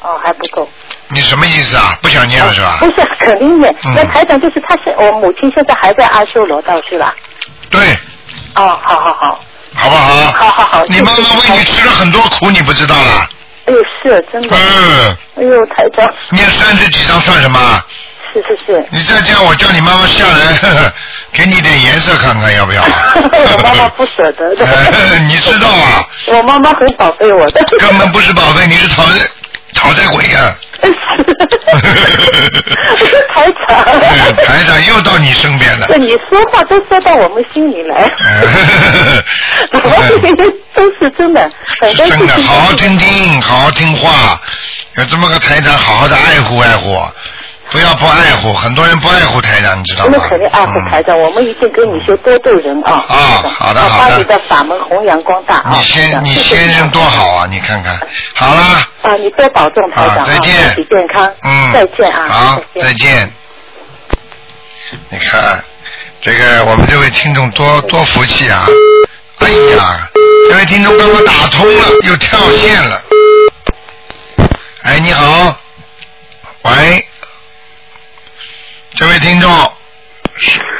E: 哦还不够。
A: 你什么意思啊？不想念
E: 哦
A: 了是吧
E: 不？是，肯定的。
A: 嗯
E: 那台长就是他是我母亲，现在还在阿修罗道是吧？
A: 对，
E: 哦，好好好，
A: 好不好？
E: 好好好
A: 嗯你妈妈为你吃了很多苦，你不知道啦？
E: 哎呦是真的，
A: 嗯，
E: 哎呦台长
A: 念三十几章算什么？
E: 是
A: [laughs]
E: 是是。
A: 你再这样，我叫你妈妈下来， [laughs] 呵呵给你点颜色看看，要不要？
E: [laughs] 我妈妈不舍得的
A: 哎 [laughs] 你知道啊，
E: 我妈妈很宝贝我的。
A: 根本不是宝贝，你是讨债讨债鬼啊呀、
E: 是台 [laughs] 长，
A: 嗯台长又到你身边
E: [laughs]
A: 了。
E: 这你说话都说到我们心里
A: 哎
E: 来，
A: 嗯
E: [laughs] 都是真的，很
A: 哎是
E: 多事
A: [laughs] 真的，
E: [laughs] 情
A: 好好听听，好好听话，有这么个台长，好好的爱护爱护，不要不爱护，很多人不爱护台长，你知道
E: 我
A: 吗？
E: 们肯定爱护台长，我们一定跟你学多度人啊。
A: 啊好的好
E: 好
A: 的
E: 把你的法门弘扬光大
A: 嗯
E: 啊。
A: 你先你
E: 谢谢
A: 先生多好啊，你看看，好啦，
E: 啊，你多保重台长
A: 啊再见
E: 身体健康。
A: 嗯，
E: 再见啊。
A: 好，
E: 再
A: 再
E: 见。
A: 见。你看，这个我们这位听众多多福气啊！哎呀，这位听众刚刚打通了，又跳线了。哎，你好，喂，这位听众，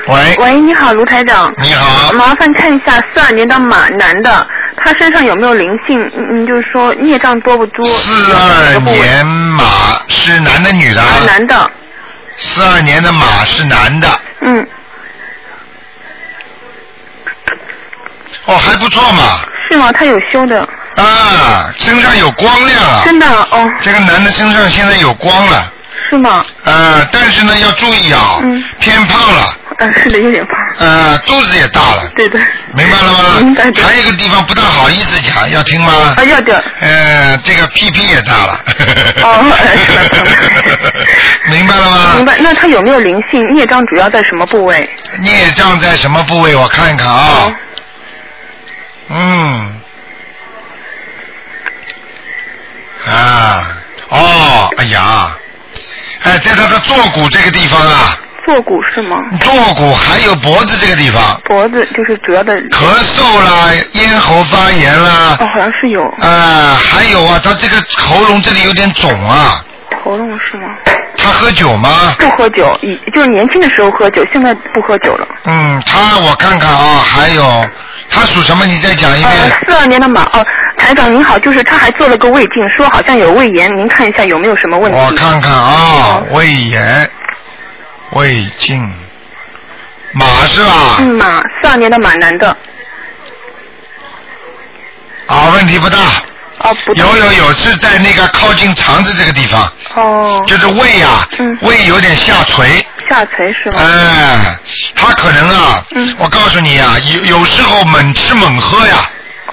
A: 喂，
B: 喂，你好，卢台长，
A: 你好，
B: 麻烦看一下四二年的马男的，他身上有没有灵性？嗯，嗯就是说孽障多不多？
A: 四二年马是男的女的啊？
B: 啊，男的，
A: 四二年的马是男的，
B: 嗯，
A: 哦，还不错嘛，
B: 是吗？他有修的，
A: 啊，身上有光亮啊。
B: 真的哦，
A: 这个男的身上现在有光了，
B: 是吗？
A: 呃，但是呢要注意啊，
B: 嗯
A: 偏胖了，
B: 嗯、是的，有点胖，
A: 呃，肚子也大了，
B: 对的，
A: 明白了
B: 明
A: 吗
B: 白？的
A: 还有一个地方不大好意思讲，要听吗？
B: 啊，要的，
A: 呃，这个屁屁也大了，
B: [laughs] 哦
A: [laughs] 明白了吗？
B: 明白。那他有没有灵性？孽障主要在什么部位？
A: 孽障在什么部位？我看一看啊
B: 哦。
A: 嗯。啊，哦，哎呀，哎，在他的坐骨这个地方啊，
B: 坐骨是吗？
A: 坐骨还有脖子这个地方，
B: 脖子就是主要的，
A: 咳嗽啦，咽喉发炎啦
B: 哦，，好像是有
A: 啊，还有啊，他这个喉咙这里有点肿啊。
B: 喉咙是吗？
A: 他喝酒吗？
B: 不喝酒，以就是年轻的时候喝酒，现在不喝酒了。
A: 嗯，他我看看啊，还有他属什么？你再讲一
B: 呃
A: 遍。，
B: 四二年的马哦，台长您好，就是他还做了个胃镜，说好像有胃炎，您看一下有没有什么问题？
A: 我看看啊，胃炎、胃镜，马是吧？
B: 嗯，马四二年的马男的
A: 啊，问题不大。
B: 哦，不对
A: 有有有，是在那个靠近肠子这个地方，
B: 哦，
A: 就是胃啊，
B: 嗯
A: 胃有点下垂，
B: 下垂是吗？
A: 哎，他可能啊，
B: 嗯
A: 我告诉你啊，有有时候猛吃猛喝呀，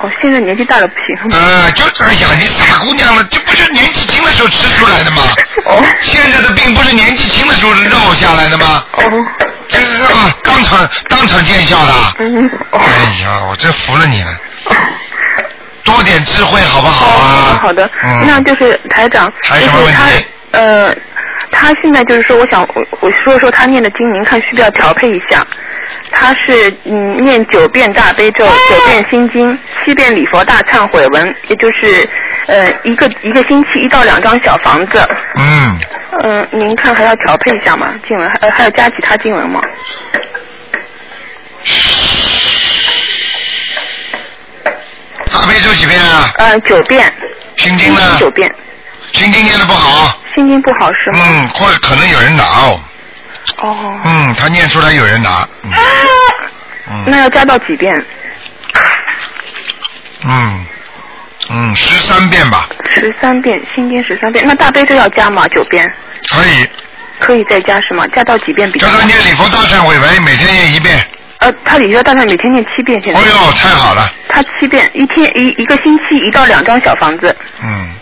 B: 哦，现在年纪大了不行。
A: 呃，就哎呀，你傻姑娘了，这不是年纪轻的时候吃出来的吗？
B: [laughs] 哦
A: 现在的病不是年纪轻的时候绕下来的吗？
B: 哦，
A: 这是啊，当场当场见效的啊。
B: 嗯哦
A: 哎呀，我真服了你
B: [laughs]
A: 了，
B: 哦
A: 多点智慧好不好
B: 好
A: 啊
B: 的？好的，
A: 嗯，
B: 那就是台长，就
A: 还有什么
B: 是他
A: 问题
B: 呃，他现在就是说，我想我我说说他念的经，您看需不需要调配一下？他是嗯念九遍大悲咒，
A: 啊
B: 九遍心经，七遍礼佛大忏悔文，也就是呃一个一个星期一到两张小房子。
A: 嗯，
B: 嗯、您看还要调配一下吗？经文还呃还要加其他经文吗？
A: 大悲咒几遍啊？
B: 呃，九遍，
A: 心经
B: 心
A: 呢
B: 经？九遍，
A: 心经念的不好，
B: 心经不好是吗？
A: 嗯，或者可能有人拿哦，
B: 哦，
A: 嗯，他念出来有人拿，嗯嗯
B: 那要加到几遍？
A: 嗯嗯，十三遍吧，
B: 十三遍，心经十三遍。那大悲咒要加吗？九遍，
A: 可以。
B: 可以再加是吗？加到几遍比较
A: 叫
B: 好
A: 他？念礼佛大忏悔文，每天念一遍。
B: 呃，他李学大概每天念七遍，现在、
A: 哦呦，太好了，
B: 他七遍，一天一一个星期一到两张小房子。
A: 嗯，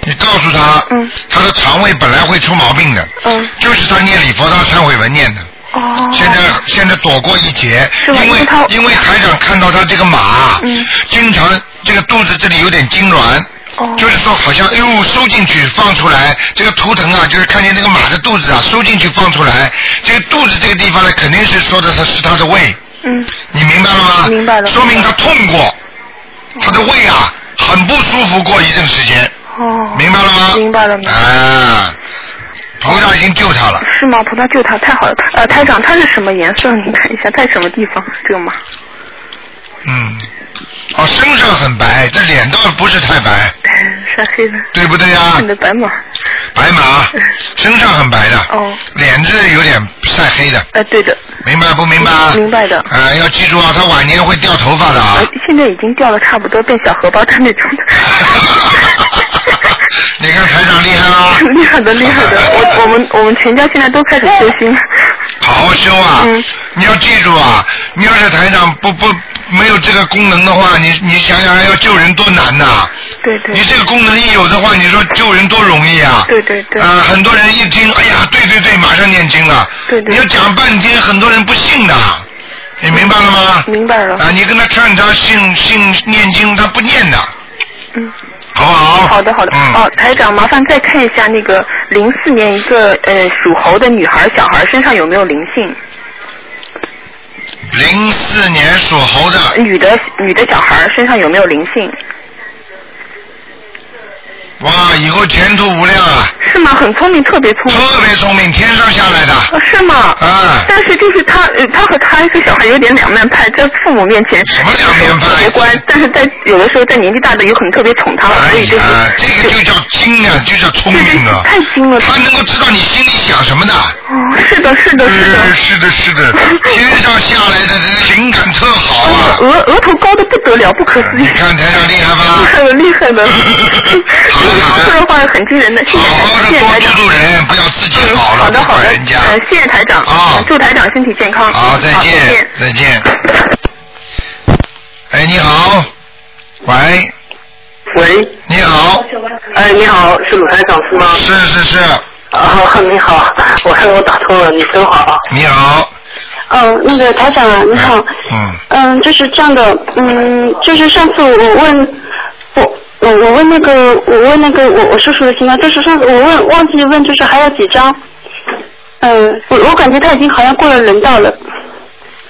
A: 你告诉他，
B: 嗯
A: 他的肠胃本来会出毛病的，
B: 嗯，
A: 就是他念礼佛大忏悔文念的。
B: 哦，
F: 哦，
A: 现在现在躲过一劫，
F: 是吧
A: 因
F: 因为
A: 为
F: 他
A: 因为台长看到他这个马，
F: 嗯
A: 经常这个肚子这里有点痉挛。
F: 哦，
G: [laughs]
A: 就是说，好像哎呦收进去放出来，这个图腾啊，就是看见那个马的肚子啊，收进去放出来，这个肚子这个地方呢，肯定是说的是是它的胃，
F: 嗯，
A: 你明白了吗？
F: 明白了
A: 说明他痛过，他的胃啊很不舒服过一阵时间，
G: 嗯
F: 哦，
A: 明白了吗？
F: 明白了明白
A: 啊，菩萨已经救他了，
F: 是吗？菩萨救他，太好了。呃，台长，它是什么颜色？您看一下，在什么地方？这个马。
A: 嗯，哦，身上很白，这脸倒不是太白，
F: 晒啊黑的，
A: 对不对呀、
F: 你的白马。
A: 白马，身上很白的，
F: 哦，
A: 脸是有点晒黑的，
F: 呃，对的，嗯
A: 明白不明白啊？
F: 明白的
A: 啊、要记住啊，他晚年会掉头发的啊
F: [laughs]
A: [laughs]
F: 呃。，现在已经掉了差不多，变小荷包蛋那种的。
A: 你看台长厉害啊吧？
F: 厉害的，厉害的，我我们我们全家现在都开始修心了。
A: 好好修啊！
F: 嗯
A: 你要记住啊，你要是台长不不没有这个功能的话，你你想想还要救人多难呐、
F: 对对
A: 你这个功能一有的话，你说救人多容易啊！
F: 对对对
A: 啊、很多人一听，哎呀，对对对，马上念经了。
F: 对对嗯
A: 你要讲半天，很多人不信的，你明白了吗？
F: 明白了
A: 啊、你跟他劝他信信念经，他不念的，
F: 嗯，
A: 好不好？
F: 好的好的。
A: 嗯。
F: 哦，台长，麻烦再看一下那个零四年一个呃属猴的女孩小孩身上有没有灵性？
A: 零四年属猴的，
F: 女的女的小孩身上有没有灵性？
A: 哇，以后前途无量啊！
F: 是吗？很聪明，特别聪明。
A: 特别聪明，天上下来的。
F: 哦是吗？
A: 啊，
F: 但是就是他，呃他和他是小孩有点两面派，在父母面前
A: 什么两面派
F: 特别乖，但是在有的时候在年纪大的有可能特别宠他，
A: 哎
F: 所以就是
A: 呀，这个就叫精啊，就叫聪明啊
F: 对对，太精了
A: 他能够知道你心里想什么的。
F: 哦，是的，是的，是的。
A: 嗯是的，是的，天上下来的这灵感特好啊！
F: 哦
A: 哎
F: 额额头高的不得了，哎不可思
A: 你
F: 议。
A: 看台长
F: 厉
A: 厉害
F: 害
A: 吧？
F: 的，厉害的，
A: [laughs] 好的好的
F: 说的话很惊人的，谢
A: 好
F: 谢
A: 好的
F: 谢谢
A: 多
F: 台长
A: 度。度人，不要自己
F: 嗯，
A: 好
F: 好
A: 了，
F: 的
A: 不
F: 好
A: 管
F: 的，
A: 人家。
F: 呃，谢谢台长，
A: 啊
F: 祝台长身体健康。
A: 好，再
F: 好再
A: 见
F: 见，
A: 再见。哎，你好，喂，
H: 喂，
A: 你好，
H: 哎，你好，是鲁台长是吗？
A: 是是是，
H: 啊，你好，我看我打通了，你真好。啊
A: 你好，
G: 哦，那个台长啊，你好，
A: 嗯，
G: 嗯，就是这样的，嗯，就是上次我问我。我我问那个，我问那个我我叔叔的情况，就是上次我问忘记问，就是还有几张，嗯，我我感觉他已经好像过了人道了，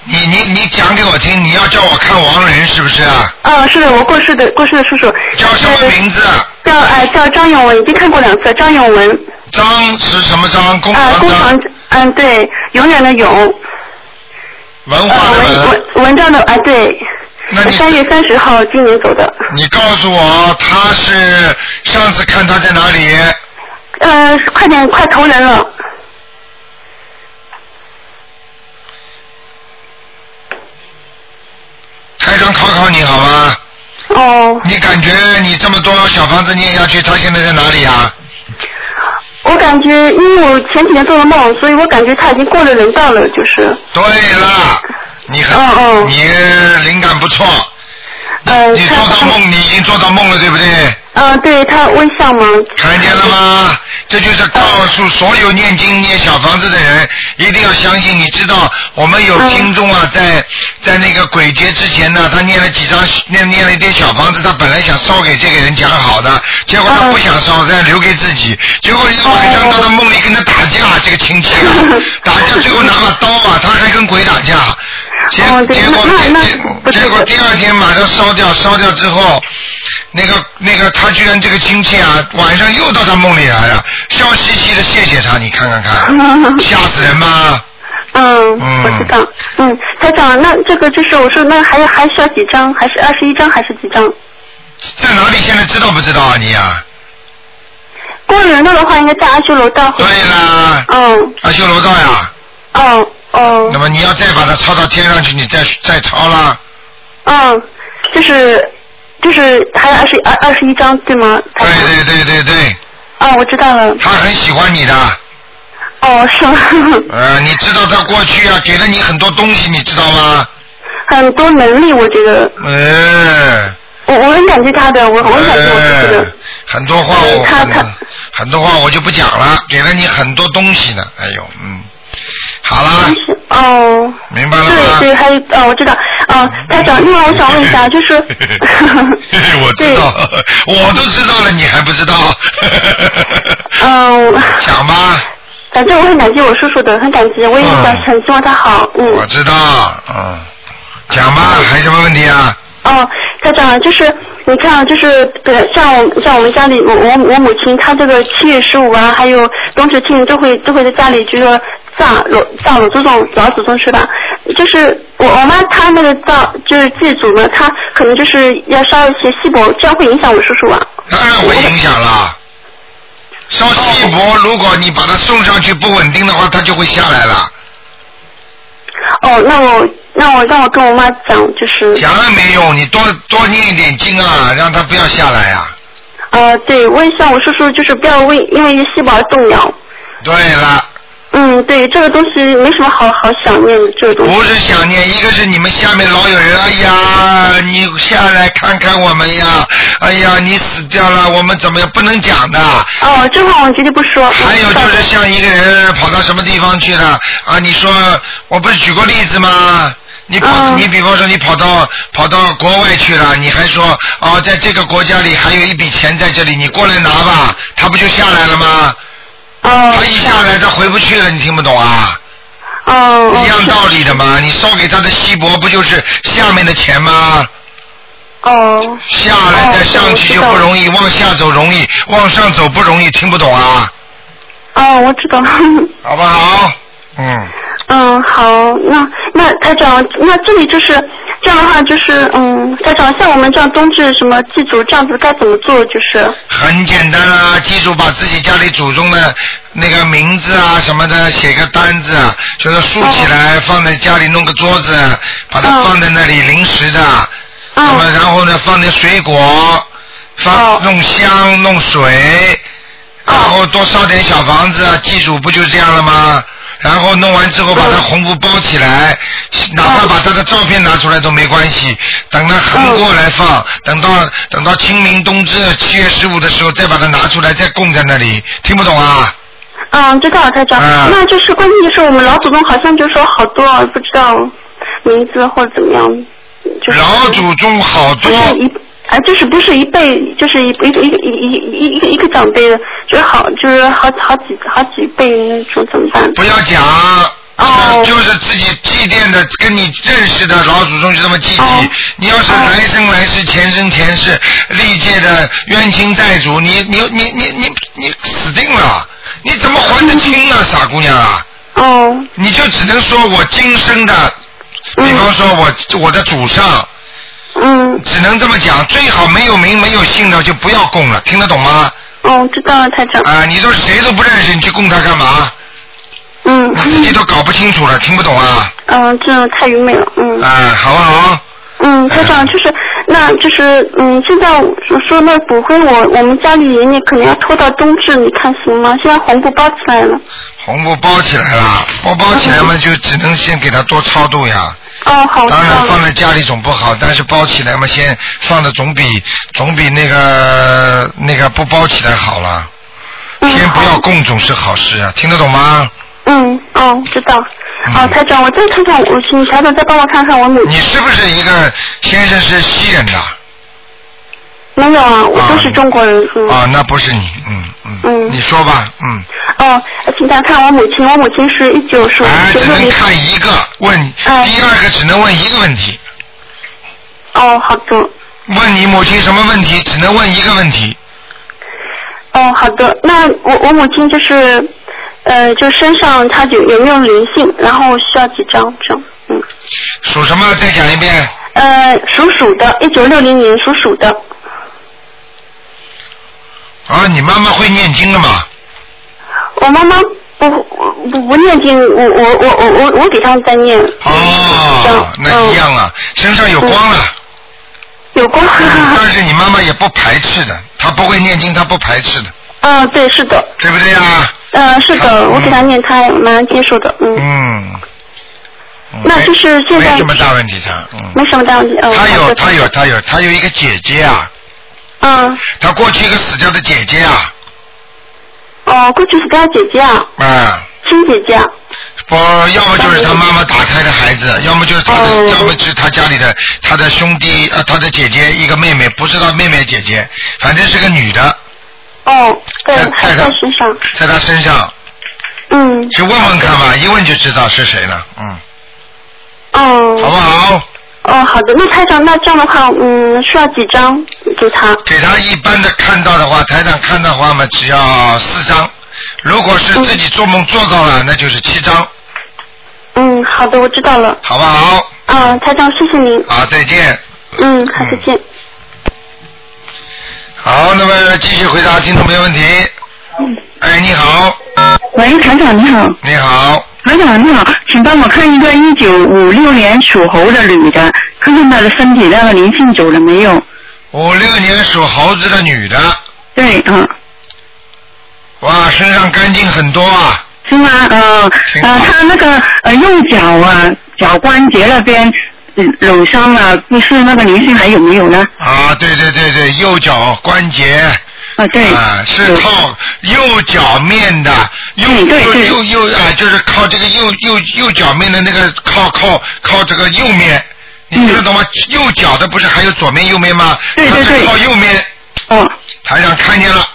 A: 你你你讲给我听，你要叫我看亡人是不是啊？
G: 啊，是的，我过世的过世的叔叔，
A: 叫什么名字？啊
G: 叫呃叫张永文，已经看过两次，张永文，
A: 张是什么张？工
G: 啊、
A: 长
G: 工
A: 张
G: 厂，，嗯，对，永远的永，
A: 文
G: 呃
A: 化的
G: 文
A: 文。
G: 文文章的啊、对
A: 那你，
G: 三月三十号今年走的，
A: 你告诉我他是上次看他在哪里？
G: 呃，快点快投人了。
A: 台长考考你好吗？
G: 哦，
A: 你感觉你这么多小房子念下去，他现在在哪里啊？
G: 我感觉，因为我前几天做了梦，所以我感觉他已经过了人道了，就是，
A: 对了，你很、
G: 哦哦
A: 你灵感不错，
G: 呃，
A: 你做到
G: 他，
A: 梦，你已经做到梦了，对不对？
G: 呃，对他微笑嘛，
A: 看见了吗？这就是告诉所有念经念小房子的人，一定要相信。你知道，我们有听众
G: 嗯
A: 啊，在在那个鬼节之前呢，他念了几张，念念了一点小房子，他本来想烧给这个人讲好的，结果
G: 嗯
A: 他不想烧，再留给自己。结果人家晚上到他梦里跟他打架，
G: 嗯
A: 这个亲戚啊，
G: [laughs]
A: 打架最后拿把刀啊，他还跟鬼打架。结
G: 哦对
A: 结果
G: 那那
A: 结
G: 不是
A: 结果第二天马上烧掉，烧掉之后，那个那个他居然这个亲戚啊，晚上又到他梦里来了，笑嘻嘻的谢谢他，你看看
G: [laughs]
A: 看，吓死人吧？
G: 嗯，
A: 嗯
G: 我知道，嗯，台长，那这个就是我说，那还有还需要几张？还是二十一张还是几张？
A: 在哪里？现在知道不知道啊你啊？
G: 过了人道的话，应该在阿修罗道。
A: 对啦，
G: 嗯，
A: 阿修罗道呀。
G: 哦，
A: 那
G: 哦，
A: 么你要再把它抄到天上去，你再再抄啦。
G: 嗯，就是就是还有二十二二十一张对吗？台
A: 对
G: 长。
A: 对对对对，
G: 哦，我知道了。
A: 他很喜欢你的。
G: 哦，是吗？
A: [laughs] 呃，你知道他过去啊给了你很多东西，你知道吗？
G: 很多能力，我觉得。
A: 嗯。
G: 我我很感激他的，我我很感激我自己
A: 哎
G: 的。
A: 很多话我
G: 嗯他
A: 很
G: 他
A: 很多话我就不讲了，给了你很多东西呢。哎呦，嗯，好啦，
G: 哦，
A: 明白了
G: 对
A: 吗？嗯
G: 对，还有哦，我知道，哦，台长，另外我想问一下，就是
A: [laughs] 我知
G: [laughs]
A: 道，我都知道了，你还不知道？
G: 嗯，
A: 讲吧。
G: 反正我很感激我叔叔的，很感激，我也
A: 嗯
G: 想很希望他好，嗯。
A: 我知道，嗯，讲吧，还有什么问题啊？
G: 哦，家长就是你看，啊就是对，像我像我们家里，我我我母亲她这个七月十五啊，还有冬至庆都会都会在家里就是葬老葬老祖宗老祖宗是吧？就是我我妈她那个葬就是祭祖呢，她可能就是要烧一些锡箔，这样会影响我叔叔啊。
A: 当然会影响了。烧锡箔，如果你把它送上去不稳定的话，它就会下来了。
G: 哦，那我那我让我跟我妈讲，就是
A: 讲了没用，你多多念一点经啊，让它不要下来啊。
G: 呃，对，问一下我叔叔，就是不要为因为锡箔而动摇。
A: 对了，
G: 嗯，对，这个东西没什么好好想念的，这个东西。
A: 不是想念，一个是你们下面老有人，哎呀，你下来看看我们呀，哎呀，你死掉了，我们怎么样？不能讲的。
G: 哦，这话我绝对不说。
A: 还有就是像一个人跑到什么地方去了啊？你说我不是举过例子吗？你跑，你比方说你跑到跑到国外去了，你还说哦，在这个国家里还有一笔钱在这里，你过来拿吧，他不就下来了吗？
G: 哦。
A: 他一下来，他回不去了，你听不懂啊？
G: 哦。
A: 一样道理的嘛，你烧给他的锡箔不就是下面的钱吗？
G: 哦。啊
A: 下来再上去就不容易，往下走容易，往上走不容易，听不懂啊？
G: 哦，我知道。 [laughs]
A: 好不好？嗯。
G: 嗯，好，那那台长，那这里就是这样的话，就是嗯，台长，像我们这样冬至什么祭祖这样子该怎么做？就是
A: 很简单啦、记住把自己家里祖宗的那个名字啊什么的写个单子，啊，就是竖
G: 哦
A: 起来放在家里弄个桌子，把它放在那里零食的，
G: 嗯啊
A: 那么然后呢放点水果，放弄香弄水，然后多烧点小房子，啊，祭祖不就这样了吗？然后弄完之后，把它红布包起来，哪怕把他的照片拿出来都没关系。等它横过来放，等到等到清明、冬至、七月十五的时候，再把它拿出来，再供在那里。听不懂啊？
G: 嗯，知道了，台长。那就是关键就是我们老祖宗好像就说好多啊不知道名字或者怎么样，
A: 老祖宗好多，
G: 啊，就是不是一辈，就是一一个一个一一一一个一个长辈的，就是好就是好好几好几辈那种怎么办？
A: 不要讲，就是就是自己祭奠的，跟你认识的老祖宗就这么祭祭。你要是来生来世、前生前世、历届的冤亲债主，你你你你你你死定了，你怎么还得清啊，傻姑娘啊？
G: 哦。
A: 你就只能说我今生的，比方说我我的祖上。
G: 嗯。
A: 只能这么讲，最好没有名没有姓的就不要供了，听得懂吗？
G: 哦，知道了，台长。
A: 啊，你都谁都不认识，你去供他干嘛？
G: 嗯
A: 你自己都搞不清楚了，听不懂啊？
G: 嗯，这种太愚昧了，嗯。
A: 啊，好不好？
G: 嗯，台长就是，那就是，嗯，现在我说那骨灰我我们家里爷爷可能要拖到冬至，你看行吗？现在红布包起来了。
A: 红布包起来了，不包起来嘛，就只能先给他多超度呀。
G: 哦，好，
A: 当然放在家里总不好，但是包起来嘛，先放的总比总比那个那个不包起来好了。先不要供总是好事啊，听得懂吗？
G: 嗯，哦，知道。
A: 嗯
G: 哦，台长，我再看看我，请台长再帮我看看我母
A: 你是不是一个先生是西人的？
G: 没有啊，我都是中国人，嗯。
A: 啊，那不是你，嗯嗯，
G: 嗯
A: 你说吧，嗯，
G: 哦，请大家看我母亲，我母亲是嗯一九九
A: 哎只
G: 六
A: 能
G: 年。
A: 看一个问，第二个只能问一个问题。
G: 哦，好的。
A: 问你母亲什么问题？只能问一个问题。
G: 哦，好的。那我我母亲就是，呃，就身上她有有没有灵性，然后需要几张这样？嗯
A: 属什么？再讲一遍。
G: 呃，属鼠的，一九六零年属鼠的。
A: 啊，你妈妈会念经的嘛？
G: 我妈妈不不不念经，我我我我我我给她在念。嗯
A: 哦，那一样啊，身上有光了。
G: 有光。 [laughs]
A: 但是你妈妈也不排斥的，她不会念经，她不排斥的，
G: 嗯、对，是的。
A: 对不对呀、
G: 嗯、是的，我给她念，她也蛮接受的，嗯。
A: 嗯。嗯
G: 那就是现
A: 没
G: 在
A: 没什么大问题，她嗯。
G: 没什么大问题，嗯。
A: 她
G: 好
A: 有
G: 的
A: 她有她有她有一个姐姐啊，
G: 嗯，
A: 她过去一个死掉的姐姐啊，
G: 哦，过去是她姐姐啊，
A: 啊、
G: 亲姐姐啊。
A: 不，要么就是他妈妈打胎的孩子，要么就是他的，
G: 哦
A: 要么就是他家里的他的兄弟呃，他的姐姐一个妹妹，不是他妹妹姐姐，反正是个女的，
G: 哦，对，
A: 在
G: 还在身上，
A: 在他身上
G: 嗯，
A: 去问问看吧，一问就知道是谁了，嗯，
G: 哦，
A: 好不好？
G: 哦，好的，那台长，那这样的话，嗯，需要几张给他？
A: 给他一般的看到的话，台长看到的话嘛，只要四张。如果是自己做梦做到了，那就是七张，
G: 嗯，好的，我知道了。
A: 好不好？
G: 啊，台长，谢谢您。
A: 好，再见。
G: 嗯，好，再见。
A: 好，那么继续回答听众朋友问题。
G: 嗯
A: 哎，你好，
B: 喂，台长你好，
A: 你好，
B: 台长你好，请帮我看一个一九五六年属猴的女的，看看她的身体那个灵性走了没有？
A: 五六年属猴子的女的，
B: 对，嗯，
A: 哇，身上干净很多啊，
B: 是吗？呃呃，她那个呃右脚啊，脚关节那边嗯扭伤了，不是那个灵性还有没有呢？
A: 啊，对对对对，右脚关节
B: 啊，对，
A: 啊是靠右脚面的，右
B: 嗯对
A: 右
B: 对
A: 右右啊，就是靠这个右右右脚面的那个靠靠靠这个右面，你听得懂吗？右脚的不是还有左面右面吗？
B: 嗯对对
A: 它是
B: 对
A: 靠右面，
B: 哦，
A: 台上看见了，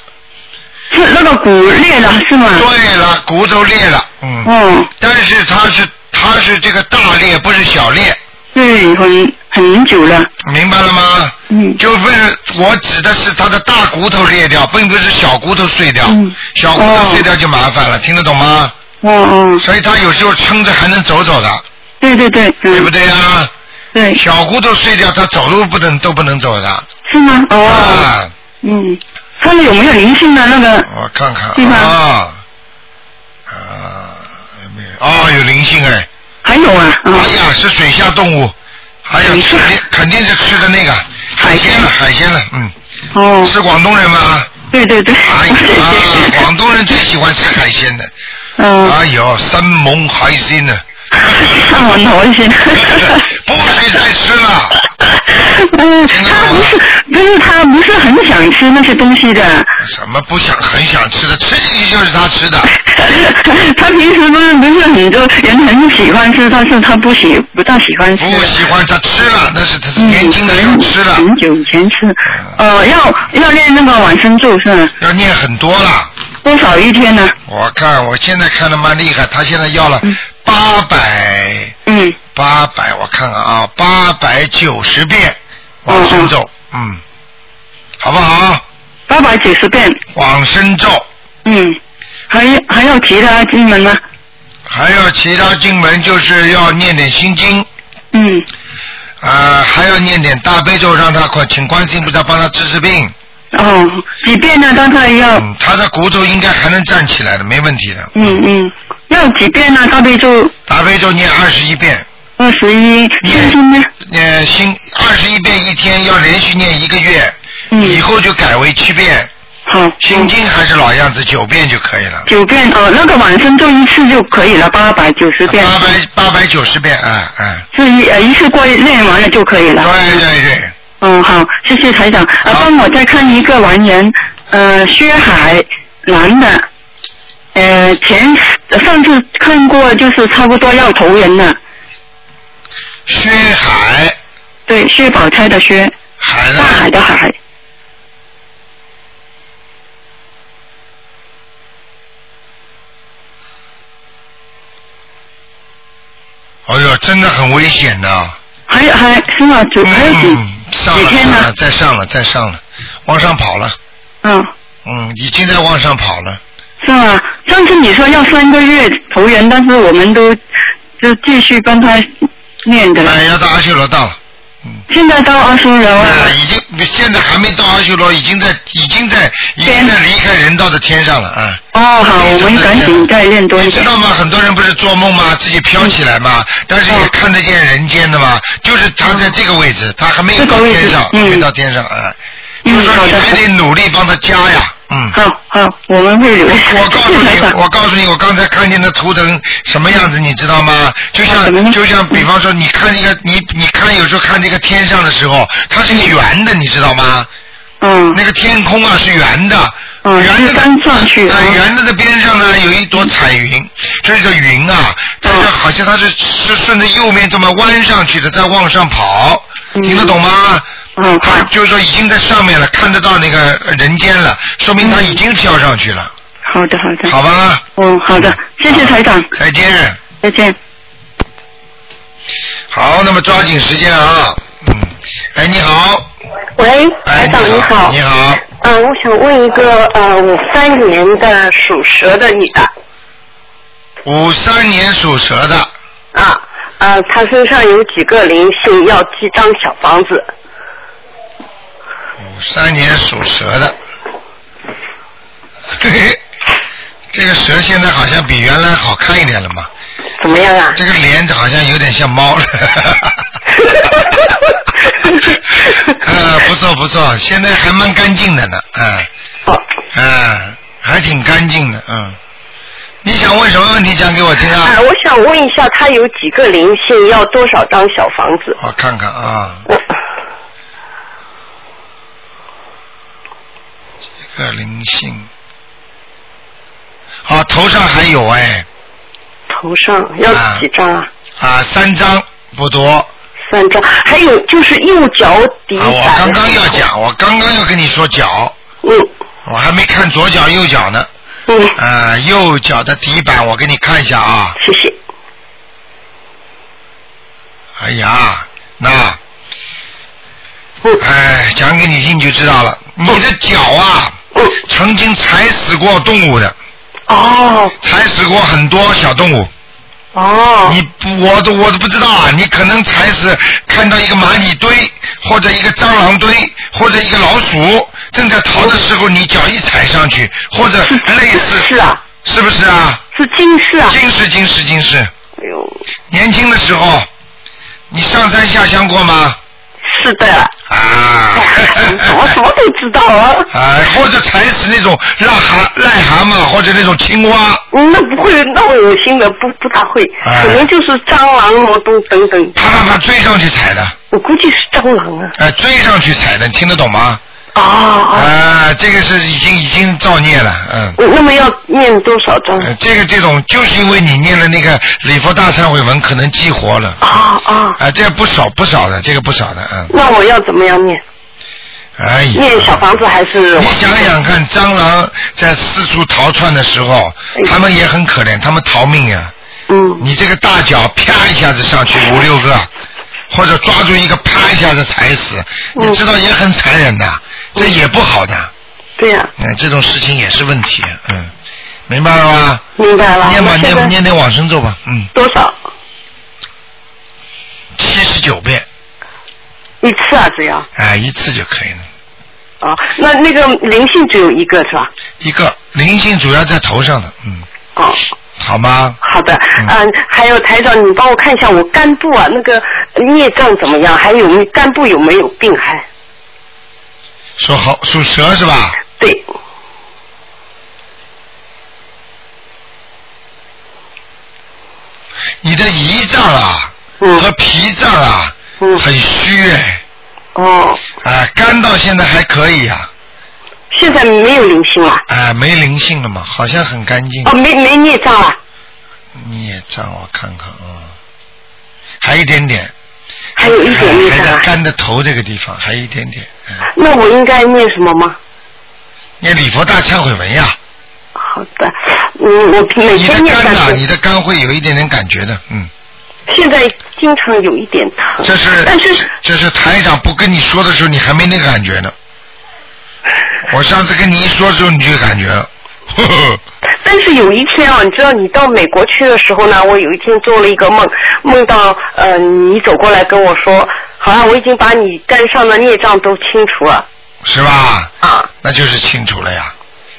B: 是那个骨裂了是吗？
A: 对了，骨头裂了，嗯，
B: 哦，
A: 但是它是它是这个大裂，不是小裂，
B: 对，嗯很很久了，
A: 明白了吗？
B: 嗯
A: 就问我指的是他的大骨头裂掉，并不是小骨头碎掉。
B: 嗯
A: 小骨头碎掉就麻烦了，听得懂吗？
B: 哦哦，
A: 所以他有时候撑着还能走走的，
B: 对对对，
A: 对不
B: 嗯，
A: 对啊？
B: 对，
A: 小骨头碎掉，他走路不能都不能走的。
B: 是吗？哦。
A: 啊，
B: 嗯，看看有没有灵性的那个，
A: 我看看
B: 对吧
A: 啊啊，有没有？哦，有灵性哎！
B: 还有啊，啊、
A: 哎呀，是水下动物，还有
B: 水
A: 吃
B: 下
A: 的肯定是吃的那个海鲜了，海鲜了，嗯，
B: 哦，
A: 是广东人吗？
B: 对对对，
A: 哎呀，
B: [laughs]
A: 广东人最喜欢吃海鲜的。 [laughs]
B: 嗯，
A: 哎呦，生猛海鲜呢， [laughs]
B: 上网头一些，
A: 不许再吃了。
B: 嗯，他不是，不是他不是很想吃那些东西的， [laughs]
A: 什么不想很想吃的，吃进去就是他吃的。
B: 他平时不是不是很多人很喜欢吃，但是他不喜不大喜欢吃。
A: 不喜欢他吃了，那是他是
B: 嗯
A: 年轻的时候吃了，
B: 很久以前吃，呃，要要练那个往生咒是吧？
A: 要念很多了。
B: 多少一天呢？
A: 我看我现在看的蛮厉害，他现在要了八百
B: 嗯，
A: 八百，我看看啊，八百九十遍往生咒，嗯，好不好？
B: 八百九十遍，
A: 往生咒，
B: 嗯，还还要其他经文吗？
A: 还有其他经文就是要念点心经，
B: 嗯，
A: 啊、还要念点大悲咒，让他快请观世音菩萨帮他治治病。
B: 哦，几遍呢？大概要，
A: 嗯，他的骨头应该还能站起来的，没问题的。
B: 嗯嗯，要几遍呢？大悲咒
A: 大悲咒念二十一遍，
B: 二十一，心经呢？
A: 念心二十一遍一天，要连续念一个月，以
B: 嗯，
A: 后就改为七遍。
B: 好，
A: 心经还是老样子，九遍就可以了。
B: 九遍哦，那个往生咒一次就可以了，八百九十遍，
A: 八百八百九十遍，啊、嗯、
B: 是一呃一次过练完了就可以
A: 嗯，
B: 了。
A: 对对对，
B: 嗯，好，谢谢台长。呃，
A: 好
B: 帮我再看一个完人，呃，薛海，男的，呃，前上次看过，就是差不多要投人了。
A: 薛海
B: 对，薛宝钗的薛，
A: 海
B: 大海
A: 呢？
B: 的海，
A: 哎呦，真的很危险的、啊
B: 还还是吗？主还有几
A: 嗯，上
B: 几
A: 了
B: 天
A: 上了，
B: 呢？
A: 再上了再上了，往上跑了，
B: 嗯，
A: 嗯，已经在往上跑了。
B: 是吗？上次你说要三个月投人，但是我们都就继续帮他念的了。
A: 哎，要到阿修罗道了。
B: 现在到二十楼啊，
A: 啊，已经现在还没到阿修罗，已经在已经在已经在离开人道的天上了啊！
B: 哦，好，我们赶
A: 哎
B: 紧再练多一
A: 你知
B: 点。嗯
A: 道吗？很多人不是做梦吗？自己飘起来嘛，但是也看得见人间的嘛，就是他在这个位置，他还没有
B: 嗯这
A: 到
B: 个位置
A: 天上，
B: 嗯
A: 没到天上啊。就
B: 嗯
A: 是说
B: 好
A: 你
B: 的
A: 还得努力帮他加呀，嗯。
B: 好好，我们会留下。
A: [laughs] 我告诉
B: 谢谢台
A: 你，
B: 长
A: 我告诉你，我刚才看见的图腾什么样子，你知道吗？就
B: 啊怎么
A: 像
B: 呢
A: 就像，比方说，你看那个你你看有时候看这个天上的时候，它是圆的，你知道吗？
B: 嗯
A: 那个天空啊是圆的，
B: 嗯，
A: 圆的
B: 刚上去
A: 啊
B: 啊，哦
A: 圆的的边上呢有一朵彩云，这个云啊，它是好像它是是顺着右面这么弯上去的，在往上跑，听得懂吗？
I: 嗯，
A: 它就是说已经在上面了，看得到那个人间了，说明它已经飘上去了。
I: 好的，好的。
A: 好吧。
I: 嗯，好的，谢谢台长。
A: 再见。
I: 再见。
A: 好，那么抓紧时间啊。嗯，哎，你好，哎
B: 喂，台长你好。
A: 你好，
B: 嗯、我想问一个呃，五三年的属蛇的女的
A: 五三年属蛇的，
B: 啊，呃，她身上有几个灵性，要几张小房子？
A: 五三年属蛇的， [laughs] 嘿嘿，这个蛇现在好像比原来好看一点了嘛？
B: 怎么样啊？
A: 这个脸好像有点像猫了。 [laughs] 呃，不错不错，现在还蛮干净的呢，嗯，
B: 哦
A: 嗯，还挺干净的，嗯。你想问什么问题？讲给我听啊！
B: 啊，我想问一下，她有几个灵性，要多少张小房子？
A: 我看看啊。这个灵性，啊，头上还有哎，
B: 头上要
A: 啊
B: 几张啊？
A: 啊，三张不多啊，
B: 三张。还有就是右脚底板。
A: 我刚刚要讲，我刚刚要跟你说脚，
B: 嗯，
A: 我还没看左脚右脚呢，
B: 嗯，
A: 啊，右脚的底板我给你看一下啊，
B: 谢谢。
A: 哎呀，那，哎，讲给你听就知道了。你的脚啊，曾经踩死过动物的。
B: 哦。
A: 踩死过很多小动物。
B: 哦。
A: 你不，我都我都不知道啊！你可能踩死看到一个蚂蚁堆，或者一个蟑螂堆，或者一个老鼠正在逃的时候，你脚一踩上去，或者类似。是
B: 啊。
A: 是不是啊？
B: 是近视啊。
A: 近视，近视，近视。哎呦。年轻的时候，你上山下乡过吗？
B: 是的。
A: 啊。
B: 哎我 [laughs] 什么都知道啊。
A: 啊，或者踩死那种癞蛤癞蛤蟆，或者那种青蛙。
B: 嗯那不会，那会恶心的，不不大会，
A: 哎
B: 可能就是蟑螂、罗东等等。
A: 啪啪啪追上去踩的。
B: 我估计是蟑螂啊。
A: 呃，追上去踩的，你听得懂吗？
B: 啊
A: 啊，这个是已经已经造孽了，嗯。
B: 那么要念多少章？
A: 这个这种就是因为你念了那个礼佛大忏悔文，可能激活了。
B: 啊啊！
A: 啊，这个不少不少的，这个不少的，嗯。
B: 那我要怎么样念？
A: 哎呀。
B: 念小房子还是？
A: 你想想看，蟑螂在四处逃窜的时候，
B: 哎
A: 他们也很可怜，他们逃命呀、
B: 嗯。
A: 你这个大脚啪一下子
B: [laughs]
A: 上去五六个，或者抓住一个啪一下子踩死，
B: 嗯
A: 你知道也很残忍的，这也不好的。
B: 对呀、
A: 嗯，这种事情也是问题，嗯，明白了吗？
B: 明白了
A: 念吧，
B: 我啊现在
A: 念念点往生咒吧，嗯，
B: 多少？
A: 七十九遍，
B: 一次啊，只要
A: 哎，一次就可以了。
B: 啊，那那个灵性只有一个是吧？
A: 一个灵性主要在头上的，嗯，
B: 哦，
A: 好吗？
B: 好的，嗯，还有台长，你帮我看一下我肝部啊，那个孽障怎么样？还有你肝部有没有病还？
A: 说好属蛇是吧？
B: 对。
A: 你的胰脏啊，
B: 嗯
A: 和脾脏啊，很虚哎。
B: 哦。
A: 啊，肝到现在还可以啊。
B: 现在没有灵性了。
A: 啊，没灵性了嘛，好像很干净。
B: 哦，没没孽障啊。
A: 孽障，我看看啊，还一点点。
B: 还有一点孽障
A: 还
B: 啊
A: 在肝的头这个地方，还有一点点。
B: 那我应该念什么吗？
A: 念礼佛大忏悔文呀。
B: 好的，嗯，我每
A: 你的
B: 天念
A: 肝
B: 三
A: 呐、
B: 遍
A: 你的肝会有一点点感觉的，嗯。
B: 现在经常有一点疼。
A: 这是，但是这是台长不跟你说的时候，你还没那个感觉呢。我上次跟你一说之后，你就有感觉了。 [laughs] 呵呵
B: 但是有一天啊，你知道你到美国去的时候呢，我有一天做了一个梦，梦到呃你走过来跟我说，好啊像我已经把你肝上的孽障都清除了，
A: 是吧？啊。那就是清楚了呀。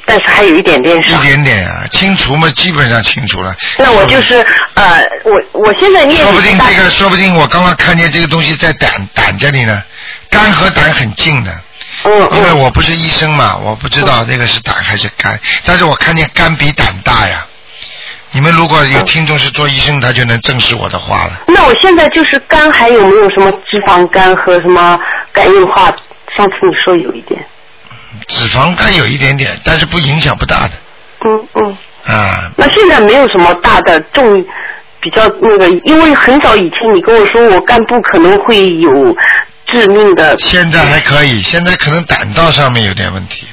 B: 但是还有一点点
A: 一点点啊，清除嘛，基本上清除了。
B: 那我就是呃我我现在念
A: 说不定这个，说不定我刚刚看见这个东西在胆胆这里呢，肝和胆很近的。
B: 哦
A: 因为我不是医生嘛，我不知道那个是胆还是肝，但是我看见肝比胆大呀。你们如果
B: 哦
A: 有听众是做医生，他就能证实我的话了。
B: 那我现在就是肝还有没有什么脂肪肝和什么肝硬化？上次你说有一点，
A: 脂肪肝有一点点，但是不影响不大的
B: 嗯嗯，
A: 啊。
B: 那现在没有什么大的重比较那个，因为很早以前你跟我说我干部可能会有致命的，
A: 现在还可以，现在可能胆道上面有点问题。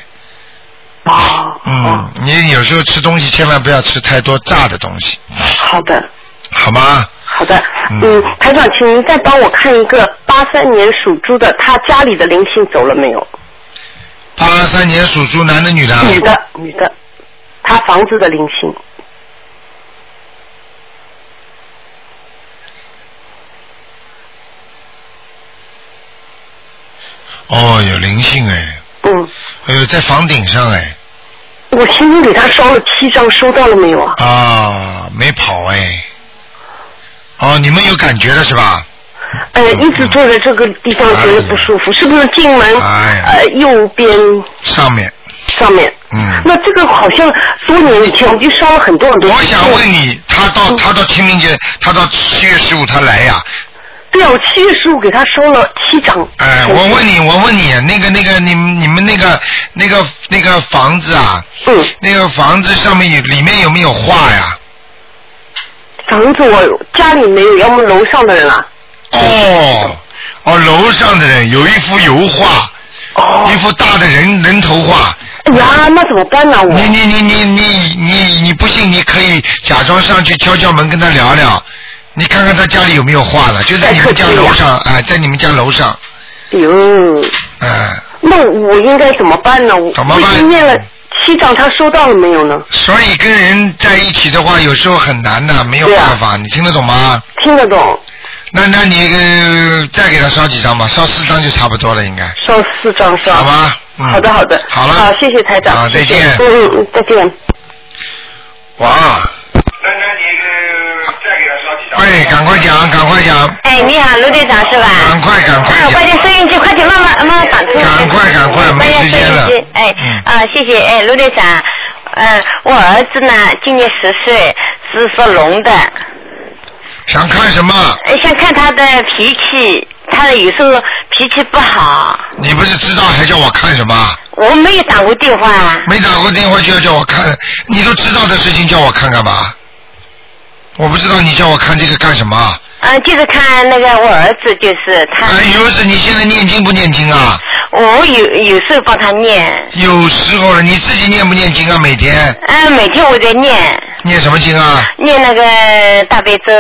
B: 哦。
A: 嗯，你有时候吃东西千万不要吃太多炸的东西，
B: 好的，
A: 好吗？
B: 好的，嗯，台长，请您再帮我看一个八三年属猪的，他家里的灵性走了没有？
A: 八三年属猪，男的女的？啊
B: 女的，女的，他房子的灵性，
A: 哦，有灵性哎。
B: 嗯。
A: 哎呦，在房顶上哎。
B: 我先经给他烧了七张，收到了没有啊？
A: 啊，没跑哎。哦，你们有感觉了是吧？
B: 呃，一直坐在这个地方觉得不舒服，是不是进门、呃右边
A: 哎上面。
B: 上面？
A: 嗯。
B: 那这个好像多年以前我就烧了很多很多。
A: 我想问你，他到他到清明节，他到七月十五他来呀？
B: 对啊，我七月十五给他收了七张。
A: 哎，我问你，我问你，那个那个，你们你们那个那个那个房子啊，
B: 嗯，
A: 那个房子上面有里面有没有画呀？
B: 房子我家里没有，要么楼上的人啊。
A: 哦，哦，楼上的人有一幅油画，一幅大的人人头画。
B: 哦哎呀，那怎么办呢？我
A: 你你你你你你你不信，你可以假装上去敲敲门，跟他聊聊，你看看他家里有没有画了，就在你们家楼上，哎，在你们家楼上，
B: 哟，
A: 哎，
B: 那我应该怎么办呢？我
A: 怎么办
B: 我已经念了七张，他收到了没有呢？
A: 所以跟人在一起的话，有时候很难的，没有办
B: 啊
A: 法，你听得懂吗？
B: 听得懂。
A: 那那你、呃、再给他烧几张吧，烧四张就差不多了，应该。
B: 烧四张是吧？
A: 好吧。嗯、
B: 好的，好的。
A: 好了
J: 啊
B: 好，谢谢台长。
A: 好再见
B: 谢谢嗯嗯嗯，再见。
A: 哇。哎，赶快讲，赶快讲，
J: 哎，你好，卢队长是吧？
A: 赶快，赶快
J: 嗯啊，我把这收音机快点慢慢慢慢赶出来。赶
A: 快，赶快，没时间了。嗯
J: 哎，啊，谢谢，哎，卢队长，嗯，我儿子呢，今年十岁，是属龙的，
A: 想看什么？
J: 呃想看他的脾气，他有时候脾气不好，
A: 你不是知道还叫我看什么？
J: 我没有打过电话，
A: 没打过电话就要叫我看，你都知道的事情叫我看干嘛？我不知道你叫我看这个干什么？
J: 嗯，就是看那个我儿子，就是他。
A: 哎，有时你现在念经不念经啊？
J: 我有有时候帮他念，
A: 有时候了，啊你自己念不念经啊？每天
J: 嗯，每天我在念。
A: 念什么经啊？
J: 念那个大悲咒，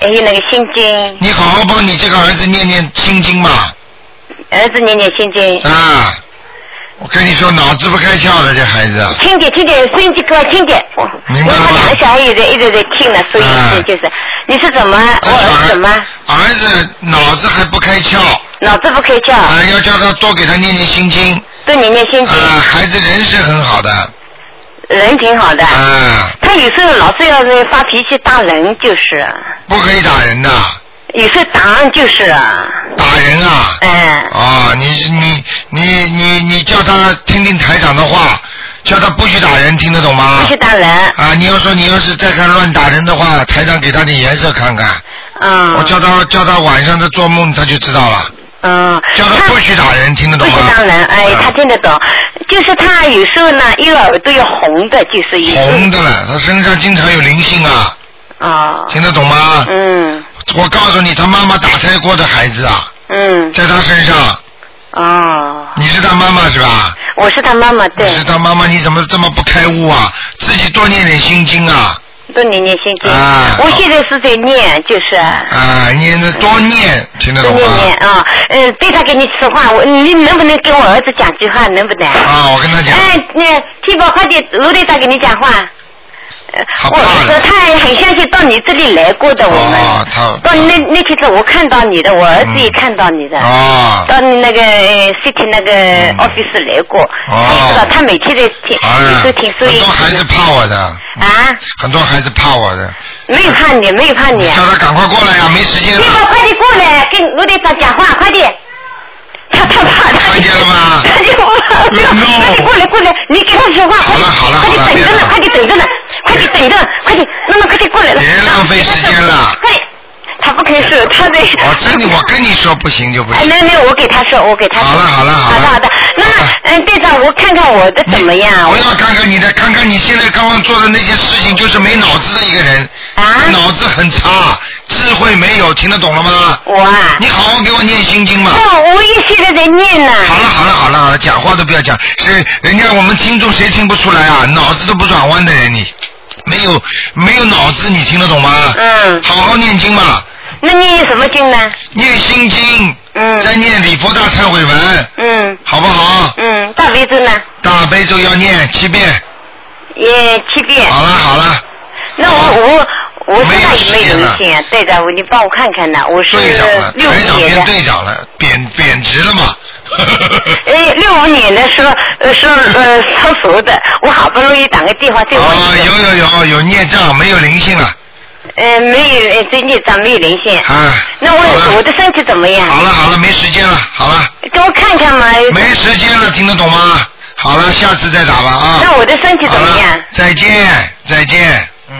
J: 还有哎那个心经，
A: 你好好帮你这个儿子念念心经嘛。
J: 儿子念念心经。
A: 啊，我跟你说，脑子不开窍的这孩子。
J: 轻点，轻点，声音给我轻点。我
A: 明白了啊
J: 我两个小孩也在一直在听呢，所以是就是，你是怎么，我儿子怎么
A: 儿子脑子还不开窍。
J: 脑子不开窍。
A: 啊，要叫他多给他念念心经。
J: 多念念心经。啊
A: 啊，孩子人是很好的。
J: 人挺好的？
A: 啊，
J: 他有时候老是要是发脾气打人，就是
A: 不可以打人的，
J: 有时候打人就是啊，
A: 打人啊。
J: 嗯。
A: 啊，你你你你你叫他听听台长的话，叫他不许打人，听得懂吗？
J: 不许打人。
A: 啊，你要说你要是再敢乱打人的话，台长给他点颜色看看。
J: 嗯。
A: 我叫他叫他晚上他做梦他就知道了。
J: 嗯。
A: 叫他不许打人，听得
J: 不
A: 懂吗？啊
J: 是当然，哎，他听得懂，就是他有时候呢，一个耳朵要红的，就是有时候
A: 红的了，他身上经常有灵性啊，
J: 啊，
A: 听得懂吗？
J: 嗯。
A: 我告诉你，他妈妈打胎过的孩子啊，
J: 嗯，
A: 在他身上，
J: 啊，
A: 你是他妈妈是吧？
J: 我是他妈妈，对，
A: 你是他妈妈，你怎么这么不开悟啊？自己多念点心经啊，
J: 多念念心经。
A: 啊
J: 我现在是在念，就是
A: 啊，你多念，听得
J: 多
A: 懂
J: 念念
A: 吗？
J: 啊，呃，对他给你说话，我你能不能跟我儿子讲句话，能不能？
A: 啊，我跟他讲，
J: 哎，那替宝快点，卢队长给你讲话。呃我说他很相信到你这里来过的，我们、
A: 哦，他嗯
J: 到那那天是我看到你的，我儿子也看到你的，
A: 哦嗯
J: 到你那个呃 city 那个 office 来过，
A: 哦
J: 他也知道他每天在听，
A: 哎
J: 每周听，所以
A: 孩子怕我的，
J: 啊，
A: 很多孩子怕我的，
J: 没有怕你，没有怕你。啊
A: 叫他赶快过来呀、啊没时间了
J: 你。快快点过来，跟卢队长讲话，快点。他他怕他。看
A: 见了吗？
J: 他就怕。快点过来过来，你给他说话。好了好了快点等着呢，快点等着呢，快点等着，快点，妈妈快点过来了。别浪费时间了。快点，他不肯说，他在。
A: 我这里哦我跟你说不行就不
J: 哎，
A: 行。
J: 没没，我给他说，我给他说。好了好了好了。好的好的，那嗯，队长，我看看我的怎么样。
A: 不要看看你的，看看你现在刚刚做的那些事情，就是没脑子的一个人。啊。脑子很差，智慧没有，听得懂了吗？
J: 我啊。
A: 你好好给我念心经嘛。
J: 哦，我也现在在念呢。
A: 好了好了好了好了，讲话都不要讲，谁人家我们听众谁听不出来啊？脑子都不转弯的人你，没有没有脑子，你听得懂吗？嗯。好好念经嘛。
J: 那念什么经呢？
A: 念心经。嗯。再念礼佛大忏悔文。
J: 嗯。
A: 好不好？
J: 嗯，大悲咒呢？
A: 大悲咒要念七遍。
J: 也七遍。
A: 好了好了。
J: 那我我我身上有没有灵性啊？队长，你帮我看看呢？我是
A: 队长了，
J: 六
A: 队
J: 五
A: 长
J: 年
A: 变
J: 的。
A: 队长了，贬贬值了嘛？
J: 哎，六五年的时候呃是呃属鼠的，我好不容易打个电 [laughs] 话对我
A: 啊，有有有有孽障，没有灵性了。
J: 呃没有呃最近长没有灵性。
A: 啊。
J: 那我我的身体怎么样？
A: 好了好了，没时间了，好了。
J: 给我看看嘛。 [laughs]
A: 没时间了，听得懂吗？好了，下次再打吧啊。
J: 那我的身体怎么样？
A: 再见，再见，嗯。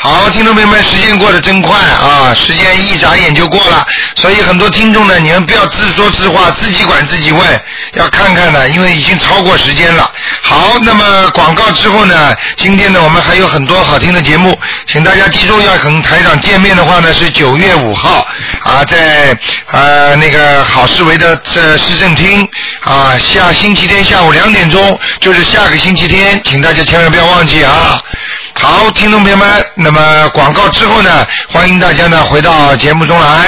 A: 好，听众朋友们，时间过得真快啊，时间一眨眼就过了，所以很多听众呢，你们不要自说自话，自己管自己问，要看看的，因为已经超过时间了。好，那么广告之后呢，今天呢，我们还有很多好听的节目，请大家记住，要跟台长见面的哦话呢，是九月五号啊，在呃那个好市委的这市政厅啊，下星期天下午两点钟，就是下个星期天，请大家千万不要忘记啊。好，听众朋友们，那么广告之后呢，欢迎大家呢回到节目中来。